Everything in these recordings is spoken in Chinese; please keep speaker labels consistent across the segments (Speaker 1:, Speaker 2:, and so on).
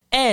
Speaker 1: 嘿，哎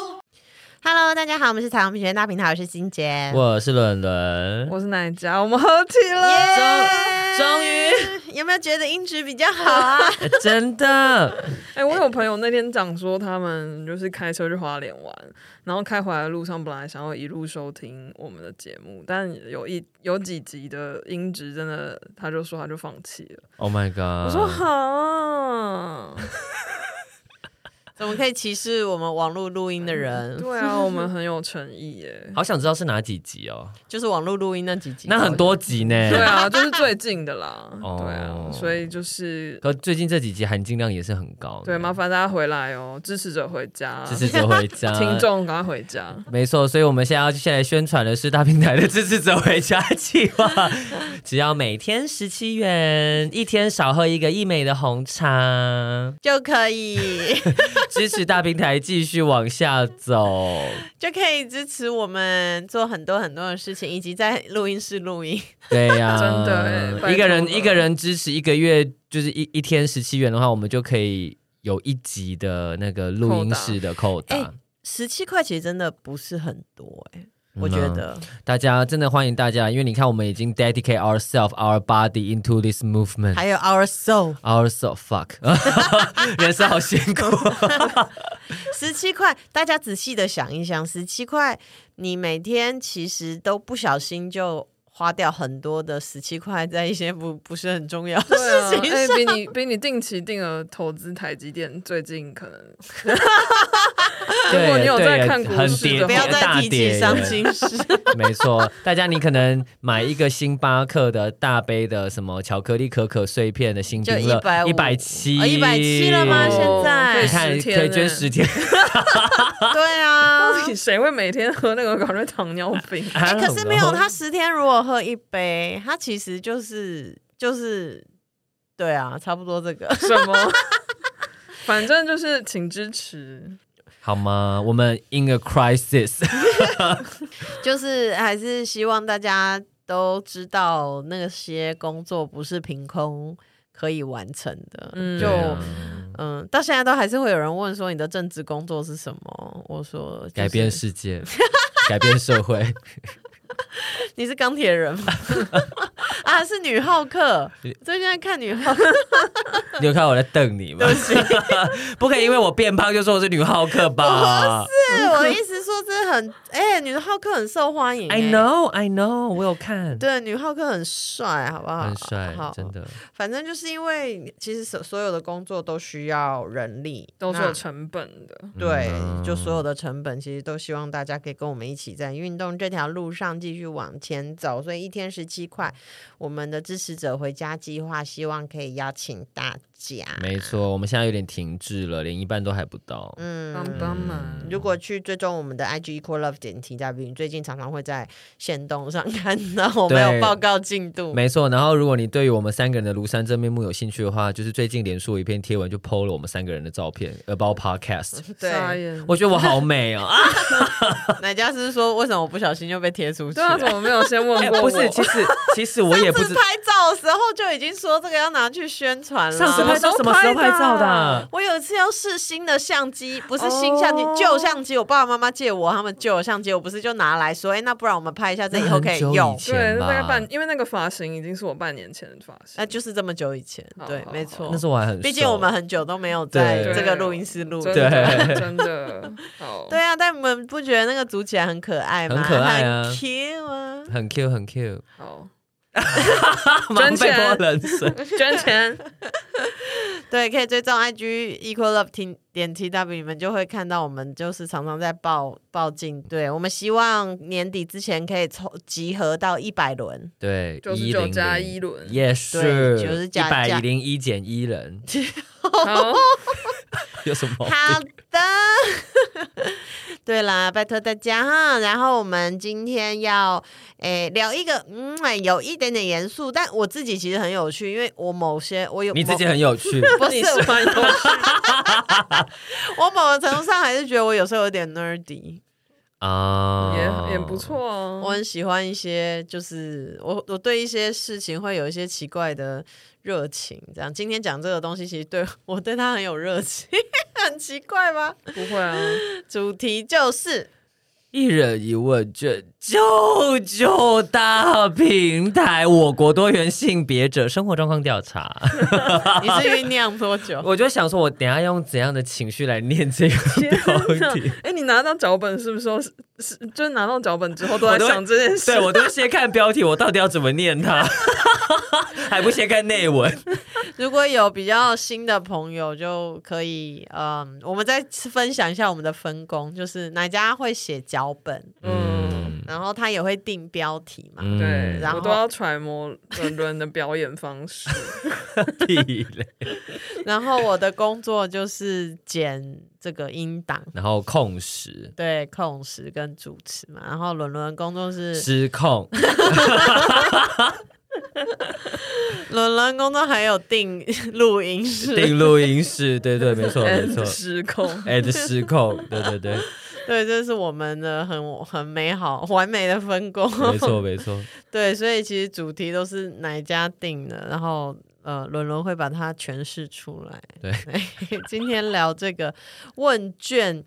Speaker 2: Hello，大家好，我们是彩虹平权大平台，我是欣杰。
Speaker 1: 我是伦伦，
Speaker 3: 我是奶家，我们合体了。
Speaker 2: 耶
Speaker 1: 终于、
Speaker 2: 有没有觉得音质比较好啊？
Speaker 1: 哎真的，
Speaker 3: 哎、我有朋友那天讲说，他们就是开车去花莲玩，然后开回来的路上，本来想要一路收听我们的节目，但有一有几集的音质真的，他就说他就放弃了。
Speaker 4: Oh my
Speaker 3: 我说
Speaker 4: god！
Speaker 3: 好，
Speaker 2: 怎么可以歧视我们网络录音的人？
Speaker 3: 对啊，我们很有诚意 耶。
Speaker 4: 好想知道是哪几集哦，
Speaker 2: 就是网络录音那几集，
Speaker 4: 那很多集呢。
Speaker 3: 对啊，就是最近的啦。
Speaker 4: 哎哦
Speaker 3: 对啊，所以就是
Speaker 4: 可最近这几集含金量也是很高呢。
Speaker 3: 对，麻烦大家回来哦，支持者回家，
Speaker 4: 支持者回家，
Speaker 3: 听众赶快回家。
Speaker 4: 没错，所以我们现在要先来宣传的是大平台的支持者回家计划，只要每天十七元，一天少喝一个一美的红茶，
Speaker 2: 就可以
Speaker 4: 支持大平台继续往下走。
Speaker 2: 就可以支持我们做很多很多的事情，以及在录音室录音。
Speaker 4: 对呀、
Speaker 3: 真的耶
Speaker 4: 一个人
Speaker 3: 拜托了
Speaker 4: 一个人支持一个月，就是一一天十七元的话，我们就可以有一集的那个录音室的扣打。
Speaker 2: 哎十七块其实真的不是很多哎、
Speaker 4: 嗯啊
Speaker 2: 我觉得
Speaker 4: 大家真的欢迎大家，因为你看，我们已经 dedicate ourselves, our body into this movement。
Speaker 2: 还有 Our Soul
Speaker 4: Our so fuck，人 生好辛 苦。
Speaker 2: 十七块，大家仔细的想一想，十七块，你每天其实都不小心就花掉很多的十七块在一些不不是很重要的
Speaker 3: 对啊
Speaker 2: 事情，
Speaker 3: 哎、
Speaker 2: 上。
Speaker 3: 比你比你定期定额投资台积电，最近可能，
Speaker 2: 啊
Speaker 3: 如果你有
Speaker 4: 对
Speaker 3: 在看股
Speaker 4: 很
Speaker 3: 市
Speaker 4: 跌，
Speaker 3: 的
Speaker 2: 不
Speaker 3: 话
Speaker 2: 要再
Speaker 4: 大
Speaker 2: 提
Speaker 4: 跌
Speaker 2: 起伤心 事。哦
Speaker 4: 没错，大家你可能买一个星巴克的大杯的什么巧克力可可碎片的星冰乐，
Speaker 2: 就150
Speaker 4: 一百七，
Speaker 2: 哦170了吗现
Speaker 3: 哦
Speaker 2: 在
Speaker 3: 可以
Speaker 4: 你看
Speaker 3: 十天
Speaker 4: 可以捐
Speaker 3: 呢
Speaker 4: 十天，
Speaker 2: 对啊，
Speaker 3: 到底谁会每天喝那个搞成糖尿病？啊
Speaker 2: 哎、可
Speaker 4: 啊
Speaker 2: 是没有，他十天如果喝一杯，他其实就是就是，对啊，差不多这个。
Speaker 3: 什么？反正就是请支持，
Speaker 4: 好吗？我们 in a crisis，
Speaker 2: 就是还是希望大家都知道，那些工作不是凭空可以完成的。
Speaker 3: 嗯
Speaker 2: 就
Speaker 4: 对啊
Speaker 2: 嗯，到现在都还是会有人问说你的政治工作是什么？我说、就是
Speaker 4: 改变世界，改变社 会。
Speaker 2: 你是钢铁人吗？ 啊，是女浩克， 最近在看女浩克，
Speaker 4: 你有看我在瞪你吗？ 不可以因为我变胖就说我是女浩克吧
Speaker 2: 是我的意思说这很哎、女浩克很受欢迎、
Speaker 4: ？I
Speaker 2: 哎
Speaker 4: know, I know，我有看，
Speaker 2: 对，女浩克很帅，好不好？
Speaker 4: 很帅
Speaker 2: 好，
Speaker 4: 真。的。
Speaker 2: 反正就是因为其实所所有的工作都需要人力，
Speaker 3: 都是
Speaker 2: 那
Speaker 3: 有成本的。
Speaker 2: 对，
Speaker 4: 嗯
Speaker 2: 就所有的成本，其实都希望大家可以跟我们一起在运动这条路上继续往前走。所以一天十七块，我们的支持者回家计划，希望可以邀请大家。
Speaker 4: 没错，我们现在有点停滞了，连一半都还不到。
Speaker 3: 帮
Speaker 2: 嗯。
Speaker 3: 帮忙！
Speaker 2: 如果去追踪我们的 IG equal love 点 tw，最近常常会在线动上 看到我们
Speaker 4: 对
Speaker 2: 有报告进度。
Speaker 4: 没错，然后如果你对于我们三个人的庐山真面目有兴趣的话，就是最近连书有一篇贴文就 PO 了我们三个人的照片，about podcast。
Speaker 3: 傻
Speaker 2: 对，
Speaker 3: 眼
Speaker 4: 我觉得我好美哦啊！
Speaker 2: 奶家是说为什么我不小心就被贴出去
Speaker 3: 对啊，
Speaker 2: 了？
Speaker 3: 怎么没有先问
Speaker 4: 哎
Speaker 3: 过我？
Speaker 4: 不是，其实其实我也不
Speaker 2: 自
Speaker 4: 知
Speaker 2: 拍照的时候就已经说这个要拿去宣传了。
Speaker 4: 上次拍照什么时候拍照的啊？
Speaker 2: 我有一次要试新的相机， 不是新
Speaker 3: 哦
Speaker 2: 相机，旧、相机。我爸爸妈妈借我他们旧的相机，我不是就拿来说，哎、那不然我们拍一下，这以后可以
Speaker 4: 那很久
Speaker 2: 用
Speaker 4: 以。前
Speaker 3: 对，那大概
Speaker 4: 吧
Speaker 3: 半，因为那个发型已经是我半年前的发型
Speaker 2: 那，就是这么久以前，
Speaker 3: 好
Speaker 2: 对
Speaker 3: 好，好
Speaker 2: 没错
Speaker 4: 哦那。时候我还很瘦，
Speaker 2: 毕竟我们很久都没有在
Speaker 4: 对
Speaker 2: 这个录音室录。
Speaker 3: 真
Speaker 2: 对
Speaker 3: 的真的好。
Speaker 2: 啊，但你们不觉得那个组起来很可爱吗？
Speaker 4: 很可爱啊
Speaker 2: 很 Q 啊！
Speaker 4: 很 Q 很 Q，
Speaker 3: 好，
Speaker 4: 忙被
Speaker 3: 钱
Speaker 4: 泼冷 水。
Speaker 3: 捐钱，
Speaker 2: 对，可以追踪 IG equal up 听点 tw，你们就会看到我们就是常常在报报进。对我们希望年底之前可以凑集合到一百轮，
Speaker 4: 对，
Speaker 3: 99
Speaker 4: 100
Speaker 3: 加一轮
Speaker 4: 也
Speaker 2: 对
Speaker 4: 是，
Speaker 2: 90
Speaker 4: 一
Speaker 2: 加
Speaker 4: 百
Speaker 2: 加
Speaker 4: 零一减一人，
Speaker 3: 好，
Speaker 4: 有什么？
Speaker 2: 好的， 对啦，拜托大家哈。然后我们今天要诶聊一个，嗯，哎有一点点严肃，但我自己其实很有趣，因为我某些我有
Speaker 4: 你自己
Speaker 2: 某
Speaker 4: 很有趣，
Speaker 2: 不
Speaker 3: 你
Speaker 2: 是
Speaker 3: 是蛮有趣
Speaker 2: 我某个程度上还是觉得我有时候有点 nerdy，
Speaker 4: 啊，
Speaker 3: 也也不。错啊。
Speaker 2: 我很喜欢一些，就是我我对一些事情会有一些奇怪的热情。这样，今天讲这个东西，其实对我对它很有热情， 很奇怪吗？
Speaker 3: 不会啊，
Speaker 2: 主题就是
Speaker 4: 一人一问卷，救救大平台！我国多元性别者生活状况调 查。
Speaker 2: 你是酝酿多久？
Speaker 4: 我就想说，我等一下用怎样的情绪来念这个
Speaker 3: 天
Speaker 4: 标
Speaker 3: 哪
Speaker 4: 题？！
Speaker 3: 哎，你拿到脚本是不是都是是就是拿到脚本之后都
Speaker 4: 我
Speaker 3: 在
Speaker 4: 都会
Speaker 3: 想这件事
Speaker 4: 对？我都先看标题，我到底要怎么念它， 还不先看内文。
Speaker 2: 如果有比较新的朋友，就可以嗯，我们再分享一下我们的分工，就是哪家会写脚本，
Speaker 3: 嗯，
Speaker 2: 然后他也会定标题
Speaker 4: 嗯
Speaker 2: 嘛。
Speaker 3: 对，
Speaker 2: 然后
Speaker 3: 我都要揣摩伦伦的表演方式。
Speaker 4: 地雷。
Speaker 2: 然后我的工作就是剪这个音档。
Speaker 4: 然后控 时
Speaker 2: 对，控时跟主持嘛，然后伦伦工作是
Speaker 4: 失 控，
Speaker 2: 伦伦工作还有定录音室，
Speaker 4: 定录音室，对对，没 错没
Speaker 3: and
Speaker 4: 错。
Speaker 3: 失控。
Speaker 4: 哎，这失控，对对对，
Speaker 2: 对，这是我们的很很美好完美的分工，
Speaker 4: 没错没 错。
Speaker 2: 对，所以其实主题都是哪一家定的，然后呃，伦伦会把它诠释出来。哎
Speaker 4: 对
Speaker 2: 今天聊这个问卷，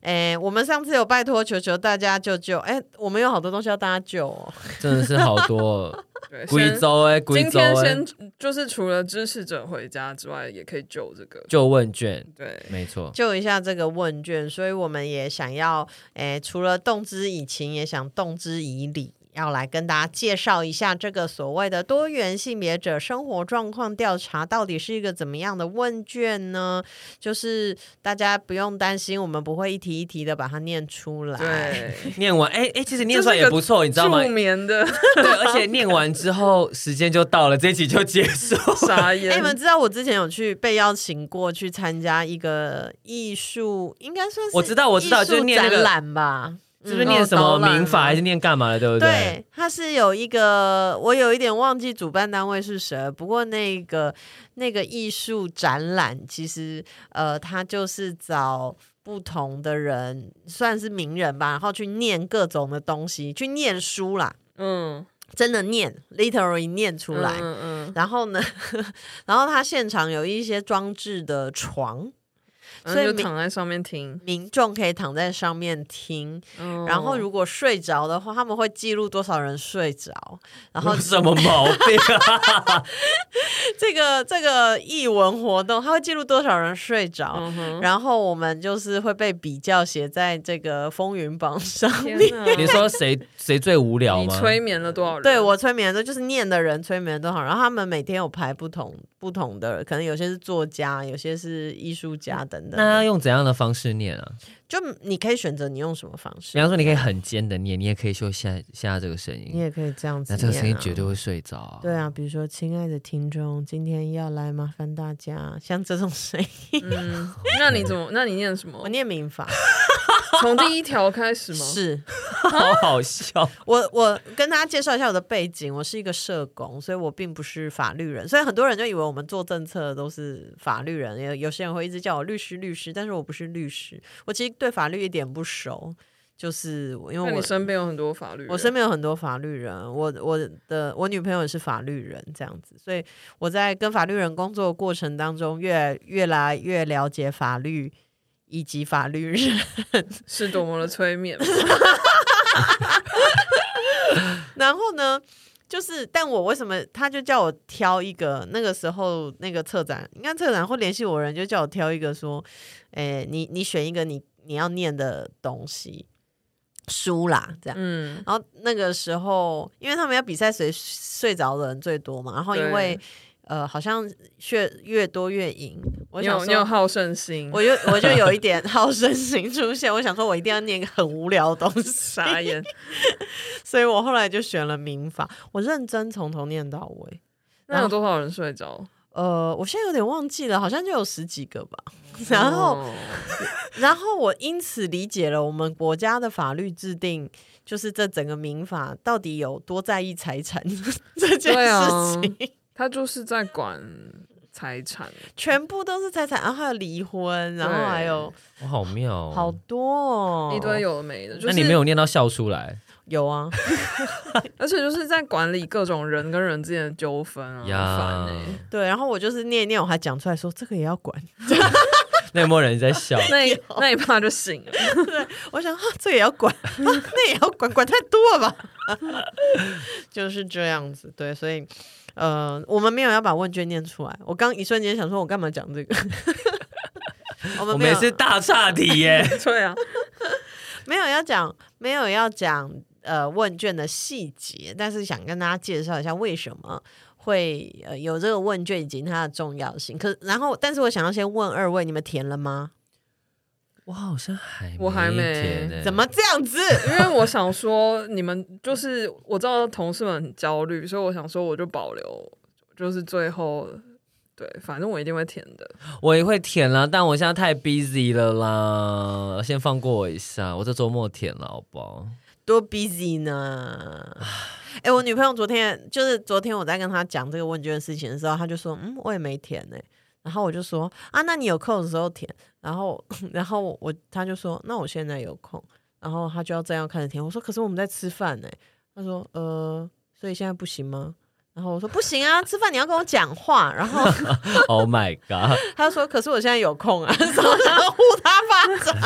Speaker 2: 哎，我们上次有拜托求求大家救救，哎，我们有好多东西要大家救、哦，
Speaker 4: 真的是好多，哦
Speaker 3: 对，
Speaker 4: 贵
Speaker 3: 先
Speaker 4: 州哎，贵
Speaker 3: 今
Speaker 4: 州
Speaker 3: 天
Speaker 4: 哎，
Speaker 3: 先就是除了支持者回家之外，也可以救这个。
Speaker 4: 就问卷，
Speaker 3: 对，
Speaker 4: 没错，
Speaker 2: 救一下这个问卷，所以我们也想要，哎，除了动之以情，也想动之以理。要来跟大家介绍一下这个所谓的多元性别者生活状况调查到底是一个怎么样的问卷呢？就是大家不用担心，我们不会一题一题的把它念出来。
Speaker 3: 对，
Speaker 4: 念完哎哎，其实念出来也不错，你知道吗
Speaker 3: 助？眠的
Speaker 4: 对，而且念完之后时间就到了，这一集就结束。
Speaker 3: 傻
Speaker 2: 哎、
Speaker 3: 眼。
Speaker 2: 你们知道我之前有去被邀请过去参加一个艺术，应该算是
Speaker 4: 我知道我知道
Speaker 2: 艺术
Speaker 4: 就是念那个
Speaker 2: 展览吧，嗯
Speaker 4: 是不是念什么民
Speaker 3: 哦导览
Speaker 4: 法
Speaker 3: 吗
Speaker 4: 还是念干嘛的，对不对？
Speaker 2: 对，它是有一个，我有一点忘记主办单位是谁了，不过那个那个艺术展览，其实呃，它就是找。不同的人算是名人吧，然后去念各种的东西，去念书啦，
Speaker 3: 嗯，
Speaker 2: 真的念，literally 念出来。
Speaker 3: 嗯嗯
Speaker 2: 然后呢， 然后他现场有一些装置的床，
Speaker 3: 嗯，
Speaker 2: 所以
Speaker 3: 所以
Speaker 2: 民
Speaker 3: 躺在上面听。
Speaker 2: 民众可以躺在上面听。
Speaker 3: 嗯
Speaker 2: 然后如果睡着的话，他们会记录多少人睡着，然后
Speaker 4: 有什么毛病啊？
Speaker 2: 这个这个译文活动，它会记录多少人睡着，
Speaker 3: 嗯哼，
Speaker 2: 然后我们就是会被比较写在这个风云榜 上
Speaker 3: 天
Speaker 2: 面。
Speaker 3: 哪
Speaker 4: 你说谁谁最无聊
Speaker 3: 你
Speaker 4: 吗？
Speaker 3: 催眠了多少人？
Speaker 2: 对我催眠的就是念的人催眠多少，然后他们每天有排不同不同的，可能有些是作家，有些是艺术家等等
Speaker 4: 那要
Speaker 2: 的。
Speaker 4: 用怎样的方式念啊？
Speaker 2: 就你可以选择你用什么方
Speaker 4: 比
Speaker 2: 式，
Speaker 4: 方说，你可以很尖的念，你也可以修下下这个声
Speaker 2: 你
Speaker 4: 音，
Speaker 2: 也可以这样子、
Speaker 4: 那
Speaker 2: 念
Speaker 4: 这个声音
Speaker 2: 啊
Speaker 4: 绝对会睡着、啊。
Speaker 2: 对啊，比如说，亲爱的听众，今天要来麻烦大家，像这种声音，
Speaker 3: 嗯，那你怎么？那你念什
Speaker 2: 我
Speaker 3: 么？
Speaker 2: 念民法
Speaker 3: 从第一条开始吗？
Speaker 2: 是
Speaker 4: 好好笑。
Speaker 2: 我我跟大家介绍一下我的背景，我是一个社工，所以我并不是法律人。所以很多人就以为我们做政策的都是法律人，有有些人会一直叫我律师律师，但是我不是律师，我其实对法律一点不熟，就是我因
Speaker 3: 那
Speaker 2: 为
Speaker 3: 你
Speaker 2: 我
Speaker 3: 身边有很多法律人，
Speaker 2: 我身边有很多法律人，我我的我女朋友也是法律人，这样子，所以我在跟法律人工作的过程当中越越来越了解法律以及法律人。
Speaker 3: 是多么的催眠。
Speaker 2: 然后呢，就是，但我为什么他就叫我挑一个？那个时候那个策展，应该策展会联系我的人就叫我挑一个，说，诶，你你选一个你你要念的东西书啦，这样。
Speaker 3: 嗯，
Speaker 2: 然后那个时候，因为他们要比赛谁睡着的人最多嘛，然后因为呃，好像越越多越赢，我
Speaker 3: 你
Speaker 2: 想
Speaker 3: 有你有
Speaker 2: 说。
Speaker 3: 好胜心，
Speaker 2: 我就我就有一点 好胜心出现，我想说，我一定要念一个很无聊的东西，
Speaker 3: 傻眼。
Speaker 2: 所以我后来就选了民法，我认真从头念到尾。
Speaker 3: 那有多少人睡着？
Speaker 2: 呃，我现在有点忘记了，好像就有十几个吧。
Speaker 3: 哦
Speaker 2: 然后，然后我因此理解了我们国家的法律制定，就是这整个民法到底有多在意财产 这件
Speaker 3: 对啊
Speaker 2: 事情，
Speaker 3: 他就是在管财产，
Speaker 2: 全部都是财产，然后还有离婚，然后还有
Speaker 4: 我 好妙、哦，
Speaker 2: 好多、哦、
Speaker 3: 一堆有的没的，就是
Speaker 4: 那你没有念到笑出来
Speaker 2: 有啊，
Speaker 3: 而且就是在管理各种人跟人之间的纠纷啊，
Speaker 4: 呀
Speaker 3: 很烦欸
Speaker 2: 对，然后我就是念一念，我还讲出来说这个也要管，
Speaker 4: 那有没有人在笑？
Speaker 3: 那一那一趴就醒了。
Speaker 2: 我想啊这个也要管，啊那也要管，管太多了吧， 就是这样子，对，所以。呃，我们没有要把问卷念出来。我刚一瞬间想说，我干嘛讲这个？
Speaker 4: 我
Speaker 2: 我们没
Speaker 4: 们
Speaker 2: 有
Speaker 4: 也是大岔题耶，
Speaker 3: 对啊，
Speaker 2: 没有要讲，没有要讲呃问卷的细节，但是想跟大家介绍一下为什么会呃有这个问卷以及它的重要性。可然后，但是我想要先问二位，你们填了吗？
Speaker 4: 我好像还
Speaker 3: 我还没
Speaker 4: 填耶
Speaker 2: 怎么这样子？
Speaker 3: 因为我想说，你们就是我知道同事们很焦虑，所以我想说我就保留，就是最后对，反正我一定会填 的。
Speaker 4: 我也会填啦，但我现在太 busy 了啦，先放过我一下，我这周末填了，好不好？
Speaker 2: 多 busy 呢？哎、我女朋友昨天就是昨天我在跟她讲这个问卷的事情的时候，她就说：“嗯，我也没填呢、然后我就说：“啊，那你有空的时候填。”然后， 然后我她就说：“那我现在有空。”然后她就要正要开始填，我说：“可是我们在吃饭呢、她说：“呃，所以现在不行吗？”然后我说：“不行啊，吃饭你要跟我讲话。”然后
Speaker 4: Oh my god！
Speaker 2: 她说：“可是我现在有空啊。” 然后然后呼她巴 掌。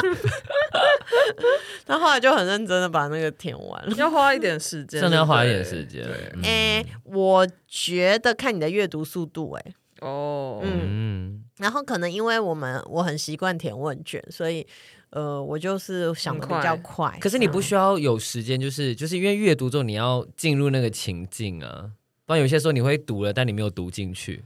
Speaker 2: 她后来就很认真的把那个填完了。
Speaker 3: 要花一点时间，
Speaker 4: 真的要花一
Speaker 3: 对
Speaker 4: 点时间。嗯
Speaker 2: 诶、我觉得看你的阅读速度、诶，
Speaker 3: 哦，
Speaker 2: 嗯
Speaker 4: 嗯，
Speaker 2: 然后可能因为我们我很习惯填问卷，所以呃，我就是想的比较
Speaker 3: 很
Speaker 2: 快。
Speaker 4: 可是你不需要有时间，就是就是因为阅读之后你要进入那个情境啊，不然有些时候你会读了，但你没有读进去，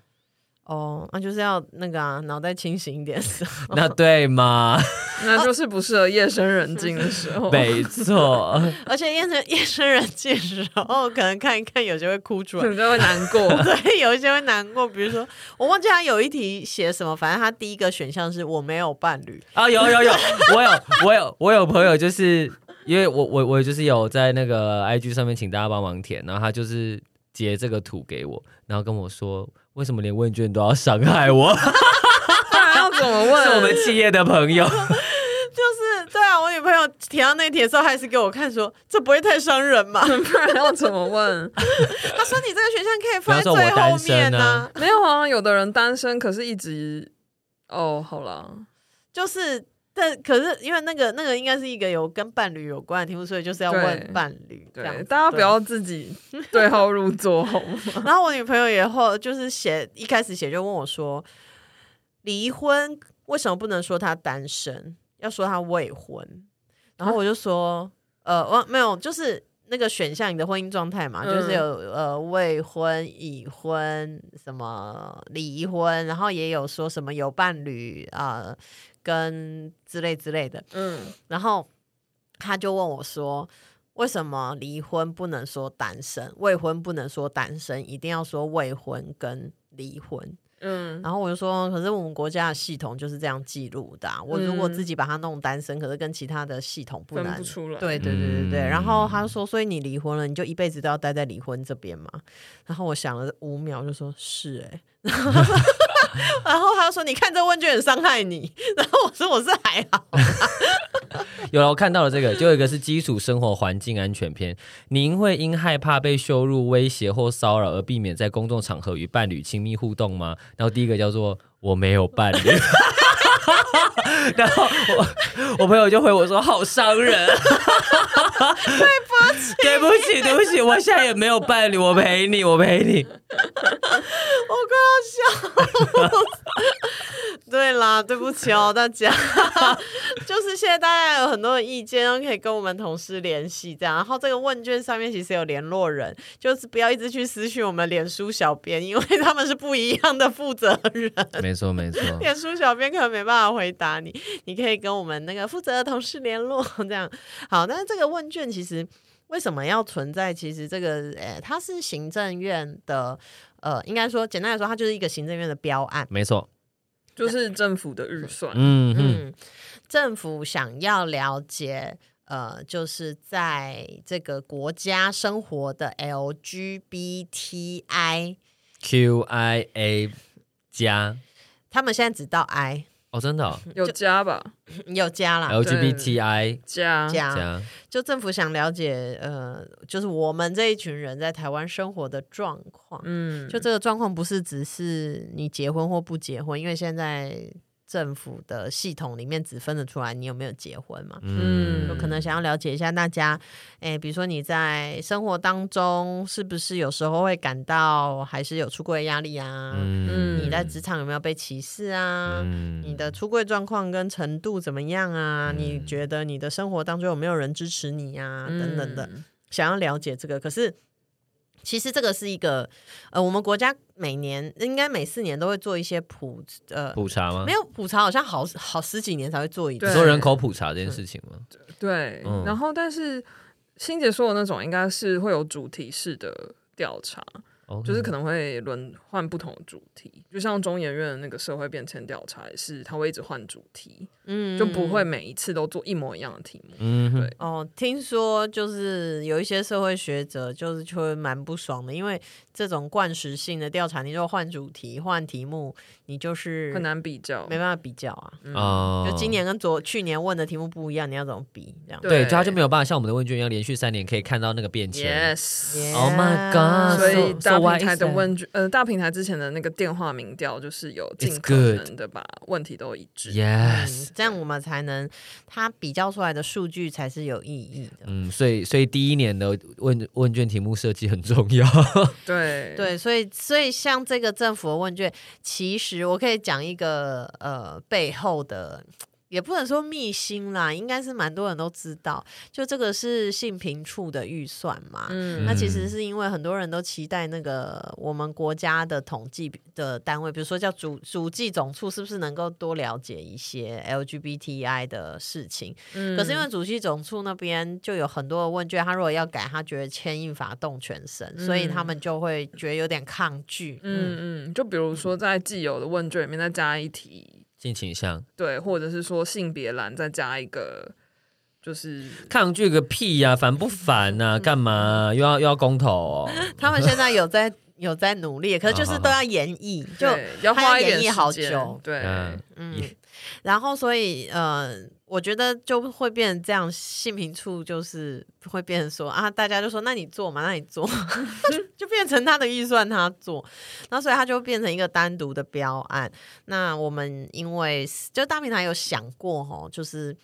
Speaker 2: 哦，那、就是要那个啊，脑袋清醒一点的时候。
Speaker 4: 那对吗？
Speaker 3: 那就是不适合夜深人静的时候。
Speaker 4: 没错，
Speaker 2: 而且夜深夜深人静的时候，可能看一看，有些会哭出
Speaker 3: 可
Speaker 2: 来。
Speaker 3: 能就会难过，
Speaker 2: 对，有一些会难过，比如说我忘记他有一题写什么，反正他第一个选项是我没有伴侣，
Speaker 4: 啊，有有有，我有我有我有朋友，就是因为我我我就是有在那个 IG 上面请大家帮忙填，然后他就是截这个图给我，然后跟我说为什么连问卷都要伤害我？
Speaker 3: 不然要怎么
Speaker 4: 是我
Speaker 3: 问？
Speaker 4: 们企业的朋友，
Speaker 2: 就是对啊，我女朋友填到那题的时候，还是给我看说这不会太伤人嘛？
Speaker 3: 不然要怎么问？
Speaker 2: 他说你这个选项可以
Speaker 4: 比
Speaker 2: 放
Speaker 4: 方
Speaker 2: 在
Speaker 4: 说我
Speaker 2: 最后
Speaker 4: 单身
Speaker 2: 面
Speaker 4: 啊
Speaker 3: 没有啊，有的人单身，可是一直哦，好啦，
Speaker 2: 就是，但可是因为那个那个应该是一个有跟伴侣有关的题目，所以就是要
Speaker 3: 对
Speaker 2: 问伴侣这样
Speaker 3: 对，
Speaker 2: 子。
Speaker 3: 大家不要自己对号入座，好吗？
Speaker 2: 对。然后我女朋友也后就是写一开始写就问我说，离婚为什么不能说他单身，要说他未婚？然后我就说，呃，我没有，就是。那个选项，你的婚姻状态嘛，就是
Speaker 3: 嗯
Speaker 2: 有呃未婚、已婚、什么离婚，然后也有说什么有伴侣啊、呃跟之类之类的。
Speaker 3: 嗯，
Speaker 2: 然后他就问我说：“为什么离婚不能说单身，未婚不能说单身，一定要说未婚跟离婚？”
Speaker 3: 嗯，
Speaker 2: 然后我就说：“可是我们国家的系统就是这样记录的啊、我如果
Speaker 3: 嗯
Speaker 2: 自己把它弄单身，可是跟其他的系统不
Speaker 3: 分
Speaker 2: 能
Speaker 3: 不。”出来。
Speaker 2: 对对对对对，
Speaker 4: 嗯
Speaker 2: 然后他说，所以你离婚了，你就一辈子都要待在离婚这边嘛？然后我想了五秒，就说是哎、 然后他说然后他说，你看这问卷很伤害你， 然后我说我是还好，
Speaker 4: 有了我看到了这个，就有一个是基础生活环境安全篇。您会因害怕被羞辱、威胁或骚扰而避免在公众场合与伴侣亲密互动吗？然后第一个叫做我没有伴侣。然后我我朋友就回我说：“好伤人，对不起，对不起，对不起，我现在也没有伴侣，我陪你，我陪你。
Speaker 2: 我快要笑了。 对啦，对不起哦，大家。 就是现在大家有很多的意见，都可以跟我们同事联系这样。然后这个问卷上面其实有联络人，就是不要一直去私讯我们脸书小编，因为他们是不一样的负责人。”
Speaker 4: 没错，没错，
Speaker 2: 脸书小编可能没办法回答你，你可以跟我们那个负责的同事联络，这样好。但是这个问卷其实为什么要存在？其实这个呃，它是行政院的呃，应该说简单来说，它就是一个行政院的标案。
Speaker 4: 没错。
Speaker 3: 就是政府的预算。
Speaker 4: 嗯哼，
Speaker 2: 嗯，政府想要了解，呃，就是在这个国家生活的 LGBTI，
Speaker 4: ，QIA 加
Speaker 2: 他们现在只到 I
Speaker 4: 哦，真的、哦、
Speaker 3: 有加吧，
Speaker 2: 有加啦，
Speaker 4: LGBTI
Speaker 3: 加
Speaker 2: 加。
Speaker 4: 加，
Speaker 2: 就政府想了解，呃，就是我们这一群人在台湾生活的状况。
Speaker 3: 嗯，
Speaker 2: 就这个状况不是只是你结婚或不结婚，因为现在政府的系统里面只分得出来你有没有结婚嘛。
Speaker 4: 嗯，
Speaker 2: 有可能想要了解一下大家，诶，比如说你在生活当中是不是有时候会感到还是有出柜的压力啊？
Speaker 4: 嗯
Speaker 2: 你在职场有没有被歧视啊？
Speaker 4: 嗯
Speaker 2: 你的出柜状况跟程度怎么样啊？
Speaker 4: 嗯
Speaker 2: 你觉得你的生活当中有没有人支持你啊？
Speaker 3: 嗯
Speaker 2: 等等的，，想要了解这个，可是其实这个是一个呃，我们国家每年应该每四年都会做一些普呃
Speaker 4: 普查吗
Speaker 2: 没？有普查，好像好好十几年才会做一
Speaker 3: 对
Speaker 4: 你
Speaker 2: 次。
Speaker 4: 说人口普查这件事情吗？
Speaker 3: 对。
Speaker 4: 嗯
Speaker 3: 然后，但是欣姐说的那种应该是会有主题式的调查，
Speaker 4: 哦，
Speaker 3: 就是可能会轮换不同的主题，就像中研院那个社会变迁调查也是，它会一直换主题，
Speaker 2: 嗯
Speaker 3: 就不会每一次都做一模一样的题目。
Speaker 4: 嗯哼
Speaker 3: 对
Speaker 2: 哦，听说就是有一些社会学者就是就会蛮不爽的，因为这种惯时性的调查，你如果换主题、换题目，你就是
Speaker 3: 很难比较，
Speaker 2: 没办法比较啊。
Speaker 3: 嗯
Speaker 4: 哦，
Speaker 2: 就今年跟昨去年问的题目不一样，你要怎么比？这样。
Speaker 4: 对，就他就没有办法像我们的问卷一样，连续三年可以看到那个变迁。
Speaker 3: Yes。
Speaker 4: Oh my god！
Speaker 3: 所以
Speaker 4: So- so
Speaker 3: 大
Speaker 4: why
Speaker 3: 平台
Speaker 4: is
Speaker 3: 的
Speaker 4: that？
Speaker 3: 问卷，呃，大平台之前的那个电话民调，就是有尽
Speaker 4: It's
Speaker 3: 可
Speaker 4: good
Speaker 3: 能的把问题都一致。
Speaker 4: ，Yes，
Speaker 2: 嗯，这样我们才能，它比较出来的数据才是有意义的。
Speaker 4: 嗯，所以所以第一年的问问卷题目设计很重要。
Speaker 3: 对
Speaker 2: 对，所以所以像这个政府的问卷，其实我可以讲一个呃背后的，也不能说秘辛啦，应该是蛮多人都知道，就这个是性平处的预算嘛。
Speaker 3: 嗯
Speaker 2: 啊那其实是因为很多人都期待那个我们国家的统计的单位，比如说叫主主计总处，是不是能够多了解一些 LGBTI 的事情？
Speaker 3: 嗯
Speaker 2: 可是因为主席总处那边就有很多的问卷，他如果要改，他觉得牵一发动全身，所以他们就会觉得有点抗拒。嗯，
Speaker 3: 嗯嗯，就比如说在既有的问卷里面再加一题，
Speaker 4: 性倾向
Speaker 3: 对，或者是说性别栏再加一个，就是
Speaker 4: 抗拒个屁呀、烦不烦呐、
Speaker 3: 嗯
Speaker 4: 干嘛、又要又要公投、 哦？
Speaker 2: 他们现在有在有在努力，可是就是都要演绎，就
Speaker 3: 对要
Speaker 2: 他要
Speaker 3: 花一
Speaker 2: 演
Speaker 3: 点
Speaker 2: 绎好
Speaker 3: 时间
Speaker 2: 久
Speaker 3: 对，
Speaker 4: 嗯，
Speaker 2: 嗯，然后所以呃，我觉得就会变成这样，性平处就是会变成说啊，大家就说那你做嘛，那你做，就变成他的预算他做，那所以他就变成一个单独的标案。那我们因为就大平台有想过哦，就是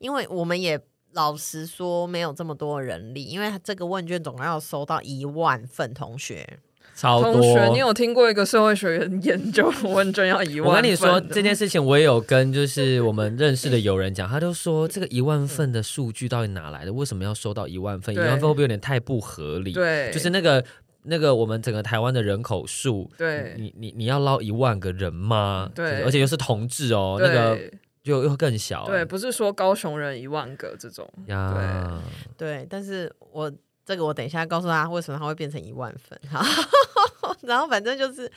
Speaker 2: 因为我们也。老实说，没有这么多人力，因为这个问卷总共要收到一万份同学，
Speaker 4: 超多。
Speaker 3: 同学，你有听过一个社会学员 研究问卷要一万
Speaker 4: 我
Speaker 3: 份的吗？
Speaker 4: 跟你说这件事情，我也有跟就是我们认识的友人讲，他就说这个一万份的数据到底哪来的？为什么要收到一万份？一
Speaker 3: 对
Speaker 4: 万份会不会有点太不合理？，
Speaker 3: 对，
Speaker 4: 就是那个那个我们整个台湾的人口数，
Speaker 3: 对
Speaker 4: 你你你要捞一万个人吗？
Speaker 3: 对
Speaker 4: 就是而且又是同志哦，
Speaker 3: 对
Speaker 4: 那个就又更小、
Speaker 3: 对，不是说高雄人一万个这种，
Speaker 4: 呀，
Speaker 2: 对，但是我这个我等一下告诉他为什么他会变成一万分哈， 然后反正就是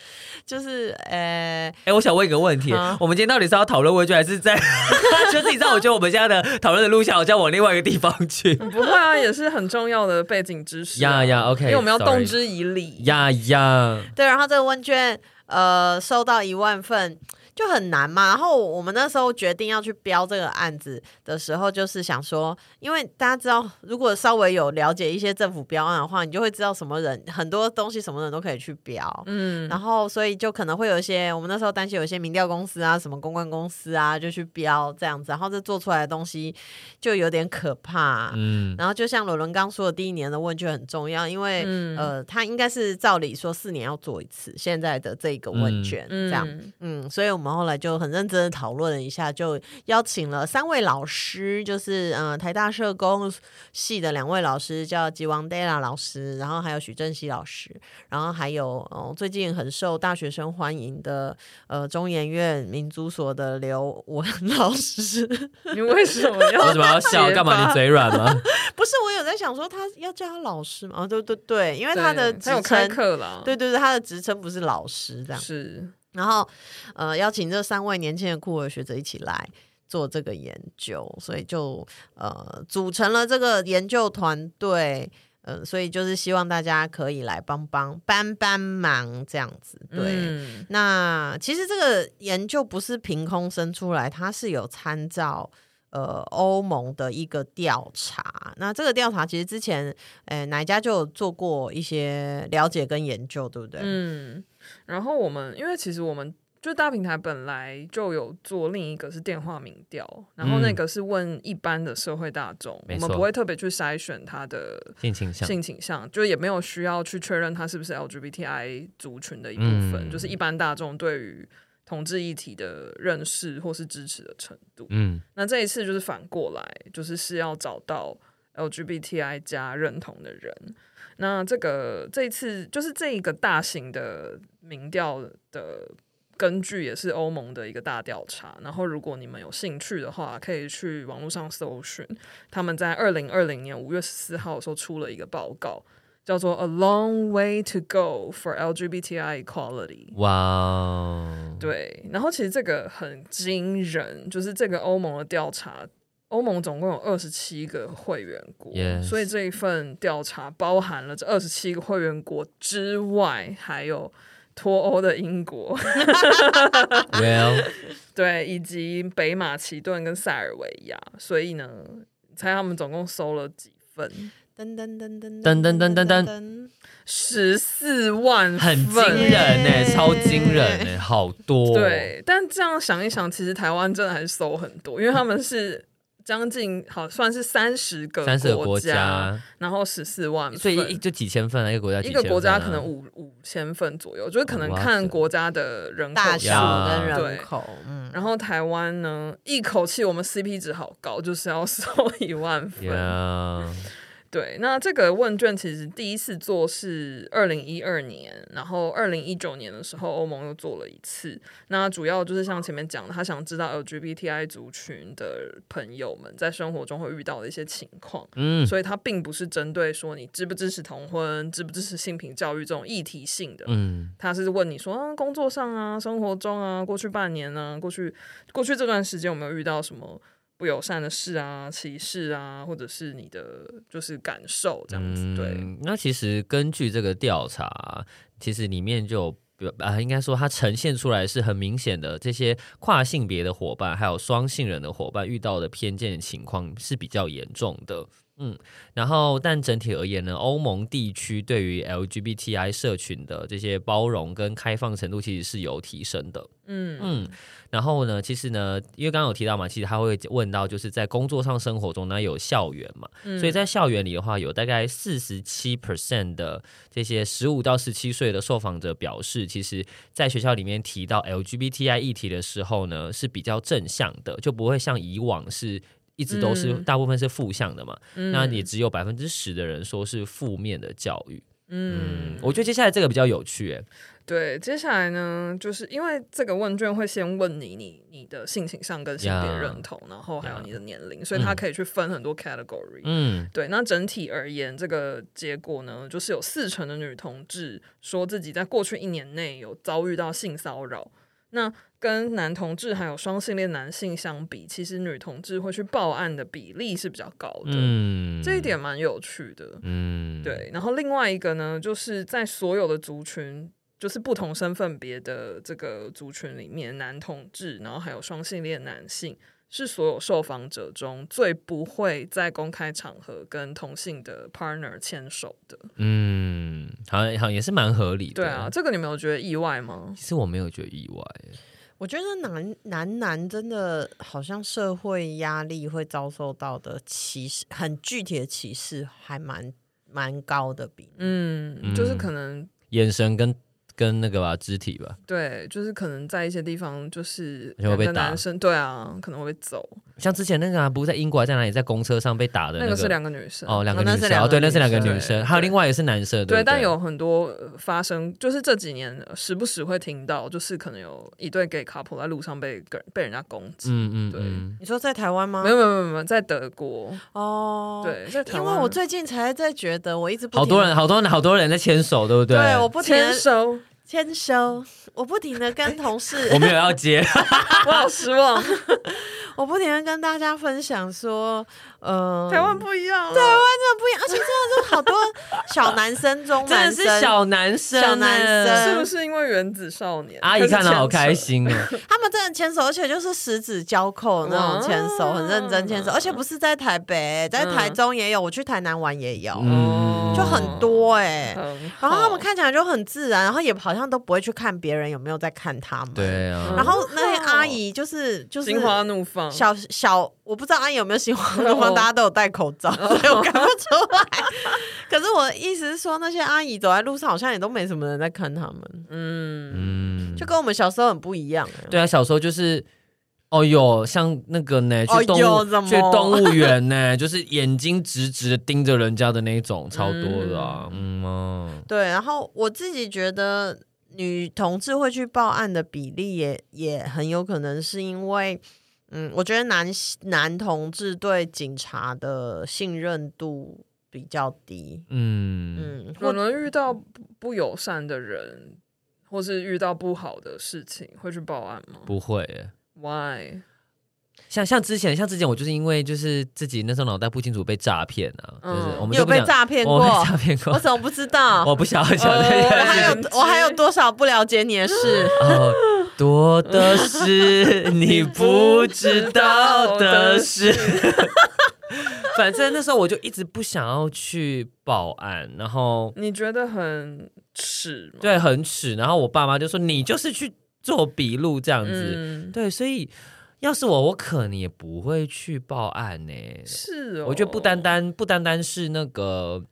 Speaker 2: 就是呃，
Speaker 4: 哎、我想问一个问题，
Speaker 2: 啊
Speaker 4: 我们今天到底是要讨论问卷，还是在 就是你知道，我觉得我们现在的讨论的路线好像往另外一个地方去。
Speaker 3: 不会啊，也是很重要的背景知识啊。
Speaker 4: 呀呀，OK，
Speaker 3: 因为我们要
Speaker 4: sorry
Speaker 3: 动之以理。
Speaker 4: 呀呀，
Speaker 2: 对，然后这个问卷呃收到一万份。就很难嘛，然后我们那时候决定要去标这个案子的时候，就是想说，因为大家知道，如果稍微有了解一些政府标案的话，你就会知道什么人很多东西什么人都可以去标，
Speaker 3: 嗯，
Speaker 2: 然后所以就可能会有一些，我们那时候担心有一些民调公司啊、什么公关公司啊，就去标这样子，然后这做出来的东西就有点可怕。
Speaker 4: 嗯，
Speaker 2: 然后就像伦伦刚说的，第一年的问卷很重要，因为、
Speaker 3: 嗯
Speaker 2: 呃，他应该是照理说四年要做一次，现在的这个问卷、这样，
Speaker 3: 嗯
Speaker 2: 嗯，所以我们后来就很认真的讨论了一下，就邀请了三位老师，就是嗯、呃台大社工系的两位老师，叫吉王 Della 老师，然后还有许正熙老师，然后还有哦，最近很受大学生欢迎的呃中研院民族所的刘文 老师，
Speaker 3: 你为 什么要？
Speaker 4: 为什么要笑？干嘛？你嘴软 吗？
Speaker 2: 不是我有在想说他要叫他老师吗？哦，对对对，因为
Speaker 3: 对
Speaker 2: 他的
Speaker 3: 他
Speaker 2: 职
Speaker 3: 有开
Speaker 2: 称，
Speaker 3: 课啦。
Speaker 2: 对对对，他的职称不是老师这样。
Speaker 3: 是
Speaker 2: 然后，呃，邀请这三位年轻的酷儿学者一起来做这个研究，所以就呃组成了这个研究团队。呃，所以就是希望大家可以来帮帮帮帮忙这样子，对。
Speaker 3: 嗯
Speaker 2: 那其实这个研究不是凭空生出来，它是有参照呃欧盟的一个调查。那这个调查其实之前，呃，哪一家就有做过一些了解跟研究，对不对？
Speaker 3: 嗯，然后我们因为其实我们就大平台本来就有做另一个是电话民调，然后那
Speaker 4: 嗯
Speaker 3: 个是问一般的社会大众，
Speaker 4: 没
Speaker 3: 我们
Speaker 4: 错
Speaker 3: 不会特别去筛选他的
Speaker 4: 性倾向，
Speaker 3: 性倾向，就也没有需要去确认他是不是 LGBTI 族群的一部分，
Speaker 4: 嗯
Speaker 3: 就是一般大众对于同志议题的认识或是支持的程度。
Speaker 4: 嗯，
Speaker 3: 那这一次就是反过来，就是是要找到 LGBTI 加认同的人。那这个这一次就是这一个大型的民调的根据也是欧盟的一个大调查。然后，如果你们有兴趣的话，可以去网络上搜寻，他们在二零二零年五月十四号的时候出了一个报告，叫做《A Long Way to Go for LGBTI Equality》。
Speaker 4: 哇哦，
Speaker 3: 对，然后其实这个很惊人，就是这个欧盟的调查，欧盟总共有二十七个会员国
Speaker 4: Yes
Speaker 3: 所以这一份调查包含了这二十七个会员国之外，还有脱欧的英国，
Speaker 4: ，Well，
Speaker 3: 对，以及北马其顿跟塞尔维亚，所以呢，你猜他们总共收了几份？
Speaker 2: 噔噔噔
Speaker 4: 噔
Speaker 2: 噔
Speaker 4: 噔噔噔噔
Speaker 2: 噔，
Speaker 3: 十四万份，
Speaker 4: 很惊人呢、
Speaker 2: 耶
Speaker 4: 超惊人呢、好多、，哦
Speaker 3: 对，但这样想一想，其实台湾真的还是收很多，因为他们是将近好算是三十个
Speaker 4: 三十个国
Speaker 3: 家，
Speaker 4: 家，
Speaker 3: 然后十四万份，
Speaker 4: 所以一一就几千份啊，一个国家几
Speaker 3: 一
Speaker 4: 千份啊、哦
Speaker 3: 个国家可能五五千份左右，就是可能
Speaker 4: 哇
Speaker 3: 看
Speaker 4: 塞
Speaker 3: 国家的人口
Speaker 2: 大
Speaker 3: 数
Speaker 2: 小
Speaker 4: 呀
Speaker 2: 跟
Speaker 3: 对
Speaker 2: 人口，嗯，
Speaker 3: 然后台湾呢，一口气我们 CP 值好高，就是要收一万份。
Speaker 4: Yeah，
Speaker 3: 对，那这个问卷其实第一次做是二零一二年，然后二零一九年的时候，欧盟又做了一次。那主要就是像前面讲的，他想知道 LGBTI 族群的朋友们在生活中会遇到的一些情况，
Speaker 4: 嗯，
Speaker 3: 所以它并不是针对说你支不支持同婚、支不支持性平教育这种议题性的。
Speaker 4: 嗯，
Speaker 3: 他是问你说，啊，工作上啊，生活中啊，过去半年啊，过去过去这段时间有没有遇到什么不友善的事啊、歧视啊，或者是你的就是感受这样子？对，
Speaker 4: 嗯那其实根据这个调查，其实里面就有。啊、应该说它呈现出来是很明显的，这些跨性别的伙伴，还有双性人的伙伴遇到的偏见情况是比较严重的。嗯，然后但整体而言呢，欧盟地区对于 LGBTI 社群的这些包容跟开放程度其实是有提升的。
Speaker 3: 嗯
Speaker 4: 嗯，然后呢，其实呢，因为刚刚有提到嘛，其实他会问到就是在工作上、生活中呢有校园嘛，
Speaker 3: 嗯
Speaker 4: 所以在校园里的话，有大概四十七 percent 的这些十五到十七岁的受访者表示，其实在学校里面提到 LGBTI 议题的时候呢，是比较正向的，就不会像以往是。一直都是、
Speaker 3: 嗯
Speaker 4: 大部分是负向的嘛，
Speaker 3: 嗯
Speaker 4: 那也只有百分之十的人说是负面的教育。
Speaker 3: 嗯
Speaker 4: 嗯，我觉得接下来这个比较有趣、欸，
Speaker 3: 对，接下来呢，就是因为这个问卷会先问你你你的性倾向跟性别
Speaker 4: 呀
Speaker 3: 认同然后还有
Speaker 4: 呀
Speaker 3: 你的年龄，所以它
Speaker 4: 嗯
Speaker 3: 可以去分很多 category。
Speaker 4: 嗯，
Speaker 3: 对，那整体而言，这个结果呢，就是有四成的女同志说自己在过去一年内有遭遇到性骚扰。那跟男同志还有双性恋男性相比，其实女同志会去报案的比例是比较高的，
Speaker 4: 嗯，
Speaker 3: 哦这一，点蛮有趣的。
Speaker 4: 嗯，
Speaker 3: 对，然后另外一个呢，就是在所有的族群，就是不同身份别的这个族群里面，男同志，然后还有双性恋男性，是所有受访者中最不会在公开场合跟同性的 partner 牵手的。
Speaker 4: 嗯，好像好像也是蛮合理的。
Speaker 3: 对啊，，这个你们有觉得意外吗？
Speaker 4: 其实我没有觉得意外。
Speaker 2: 我觉得男男男真的好像社会压力会遭受到的歧视，很具体的歧视还蛮蛮高的比例。
Speaker 3: 嗯，
Speaker 4: 嗯
Speaker 3: 就是可能
Speaker 4: 眼神跟跟那个吧，肢体吧，
Speaker 3: 对，就是可能在一些地方，就是
Speaker 4: 而且会被
Speaker 3: 两个
Speaker 4: 打
Speaker 3: 男生对啊，可能会被揍。
Speaker 4: 像之前那个啊，不是在英国还在哪里，在公车上被打的
Speaker 3: 那
Speaker 4: 个
Speaker 3: 个是两个女生
Speaker 4: 哦，两个
Speaker 2: 哦那
Speaker 4: 女
Speaker 2: 是
Speaker 4: 生，
Speaker 2: 两个
Speaker 4: 哦，对，那
Speaker 2: 女
Speaker 4: 是两个
Speaker 2: 生
Speaker 4: 女生，
Speaker 3: 对
Speaker 4: 还有另外一个是男生，
Speaker 3: 对，
Speaker 4: 不
Speaker 3: 但有很多呃发生，就是这几年呃时不时会听到，就是可能有一对 gay couple 在路上被个被人家攻击。
Speaker 4: 嗯嗯
Speaker 3: 对
Speaker 4: 嗯，
Speaker 2: 你说在台湾吗？
Speaker 3: 没有没有没有没有，在德国，
Speaker 2: 哦，，
Speaker 3: 对，在台
Speaker 2: 因
Speaker 3: 湾，
Speaker 2: 为我最近才在觉得，我一直不
Speaker 4: 好多
Speaker 2: 停
Speaker 4: 人，好多人，好多人在牵手，对不
Speaker 2: 对
Speaker 3: 哦
Speaker 4: 对
Speaker 2: 我不停地
Speaker 3: 牵手，
Speaker 2: 牵手，我不停的跟同事，
Speaker 4: 我没有要接，
Speaker 3: 我好失望，
Speaker 2: 我不停的跟大家分享说，呃，
Speaker 3: 台湾不一样了，
Speaker 2: 台湾真的不一样，而且真的是好多小男生、中
Speaker 4: 真
Speaker 2: 男
Speaker 4: 的
Speaker 2: 生，
Speaker 4: 是小男生欸，
Speaker 2: 小男生
Speaker 3: 是不是因为原子少年？
Speaker 4: 阿姨看
Speaker 3: 的
Speaker 4: 了好开。心哦，
Speaker 2: 他们真的牵手，而且就是十指交扣那种牵手，
Speaker 3: 哇
Speaker 2: 很认真牵手，而且不是在台北，在台中也有，我去台南玩也有，
Speaker 4: 嗯，
Speaker 2: 就很多哎、
Speaker 3: 很好
Speaker 2: 然后他们看起来就很自然，然后也好像都不会去看别人有没有在看他们。。
Speaker 4: 对啊，
Speaker 2: 然后那些阿姨就是就是
Speaker 3: 心花怒放，
Speaker 2: 小小，我不知道阿姨有没有喜欢的话，
Speaker 3: 哦
Speaker 2: 大家都有戴口罩，所以我看不出来。可是我的意思是说，那些阿姨走在路上，好像也都没什么人在看他们，
Speaker 3: 嗯，
Speaker 4: 嗯，
Speaker 2: 就跟我们小时候很不一样。
Speaker 4: 对啊，小时候就是。哦哟，像那个呢，
Speaker 2: 哦
Speaker 4: 去动物、
Speaker 2: 哟怎么
Speaker 4: 去动物园呢， 就是眼睛直直的盯着人家的那一种，超多的啊，嗯哦
Speaker 2: 对，然后我自己觉得女同志会去报案的比例也也很有可能是因为，嗯，我觉得男男同志对警察的信任度比较低，
Speaker 4: 嗯
Speaker 2: 嗯，
Speaker 3: 可
Speaker 2: 或
Speaker 3: 能遇到不不友善的人，或是遇到不好的事情，会去报案吗
Speaker 4: 不会耶。
Speaker 3: ？Why？
Speaker 4: 像像之前，像之前我就是因为就是自己那时候脑袋不清楚被诈骗啊，
Speaker 3: 嗯
Speaker 4: 就是我
Speaker 2: 你
Speaker 4: 们
Speaker 2: 有
Speaker 4: 就不
Speaker 2: 被
Speaker 4: 讲
Speaker 2: 诈骗
Speaker 4: 我
Speaker 2: 过
Speaker 4: 被，诈 骗过，
Speaker 2: 我怎么不知道？
Speaker 4: 我不想要讲这
Speaker 2: 我
Speaker 4: 件
Speaker 2: 还
Speaker 4: 事
Speaker 2: 有
Speaker 4: 情。
Speaker 2: 我还有多少不了解你的事？
Speaker 4: 哦，多的是你不知道的事。 反正那时候我就一直不想要去报案，然后
Speaker 3: 你觉得很耻吗？
Speaker 4: 对很耻，然后我爸妈就说你就是去做笔录这样子，
Speaker 3: 嗯，
Speaker 4: 对，所以要是我，我可能也不会去报案欸呢、
Speaker 3: 是哦。
Speaker 4: 我觉得不单单不单单是那个。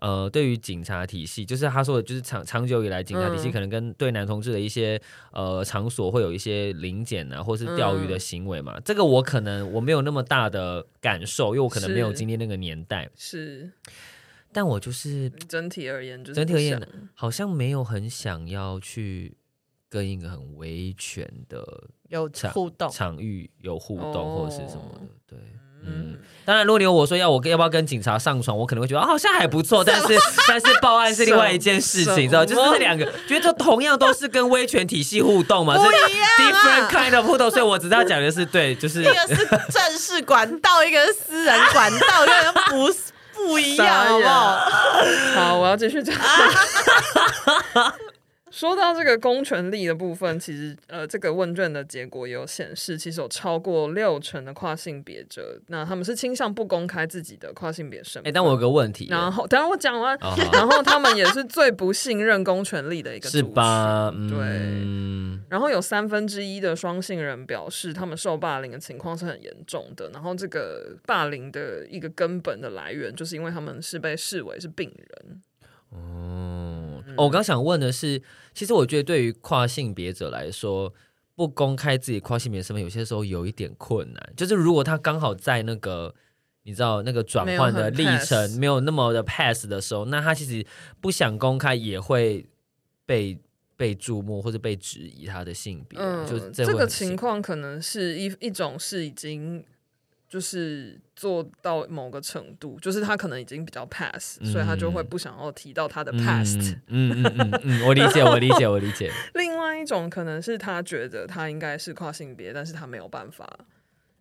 Speaker 4: 呃，对于警察体系，就是他说的，就是长长久以来，警察体系
Speaker 3: 嗯
Speaker 4: 可能跟对男同志的一些、呃场所会有一些临检啊，或是钓
Speaker 3: 嗯
Speaker 4: 鱼的行为嘛。这个我可能我没有那么大的感受，因为我可能没有
Speaker 3: 是
Speaker 4: 经历那个年代。
Speaker 3: 是
Speaker 4: 但我就是
Speaker 3: 整体而言，就是
Speaker 4: 整体而言
Speaker 3: 不想
Speaker 4: 好像没有很想要去跟一个很威权的
Speaker 2: 有
Speaker 4: 场
Speaker 2: 互动，
Speaker 4: 场域有互动
Speaker 3: 哦
Speaker 4: 或者是什么的，对。嗯
Speaker 3: 嗯，
Speaker 4: 当然，如果你有我说要我跟要不要跟警察上床，我可能会觉得啊好像还不 错，但是但是报案是另外一件事
Speaker 3: 什
Speaker 4: 情，知道？就是
Speaker 3: 什么
Speaker 4: 这两个，觉得同样都是跟威权体系互动嘛，是
Speaker 3: 啊
Speaker 4: different kind of 互动，所以我只知道讲的是对， 就是
Speaker 2: 一个是正式管道，一个是私人管道，根本不 是不一样，好不好？
Speaker 3: 好，我要继续讲。 说到这个公权力的部分，其实呃，这个问卷的结果也有显示，其实有超过六成的跨性别者，那他们是倾向不公开自己的跨性别身
Speaker 4: 哎，
Speaker 3: 份。
Speaker 4: 但我有个问题，
Speaker 3: 然
Speaker 4: 哦
Speaker 3: 后，等一下我讲完，
Speaker 4: 好
Speaker 3: 然后他们也是最不信任公权力的一个
Speaker 4: 是
Speaker 3: 族群
Speaker 4: 吧？
Speaker 3: 对。
Speaker 4: 嗯，
Speaker 3: 然后有三分之一的双性人表示，他们受霸凌的情况是很严重的。然后这个霸凌的一个根本的来源，就是因为他们是被视为是病人。
Speaker 4: 哦，
Speaker 3: 嗯
Speaker 4: 我刚想问的是，其实我觉得对于跨性别者来说，不公开自己跨性别身份，有些时候有一点困难。就是如果他刚好在那个你知道那个转换的历
Speaker 3: 没有
Speaker 4: 程
Speaker 3: 很 pass
Speaker 4: 没有那么的 pass 的时候，那他其实不想公开也会被被注目或者被质疑他的性别，嗯就是
Speaker 3: 嗯这
Speaker 4: 会
Speaker 3: 个
Speaker 4: 很辛
Speaker 3: 情况可能是一一种是已经就是做到某个程度，就是他可能已经比较 pass，、所以他就会不想要提到他的
Speaker 4: 嗯
Speaker 3: past。
Speaker 4: 嗯嗯嗯嗯嗯，我理解，我理解，我理 解。
Speaker 3: 另外一种可能是他觉得他应该是跨性别，但是他没有办法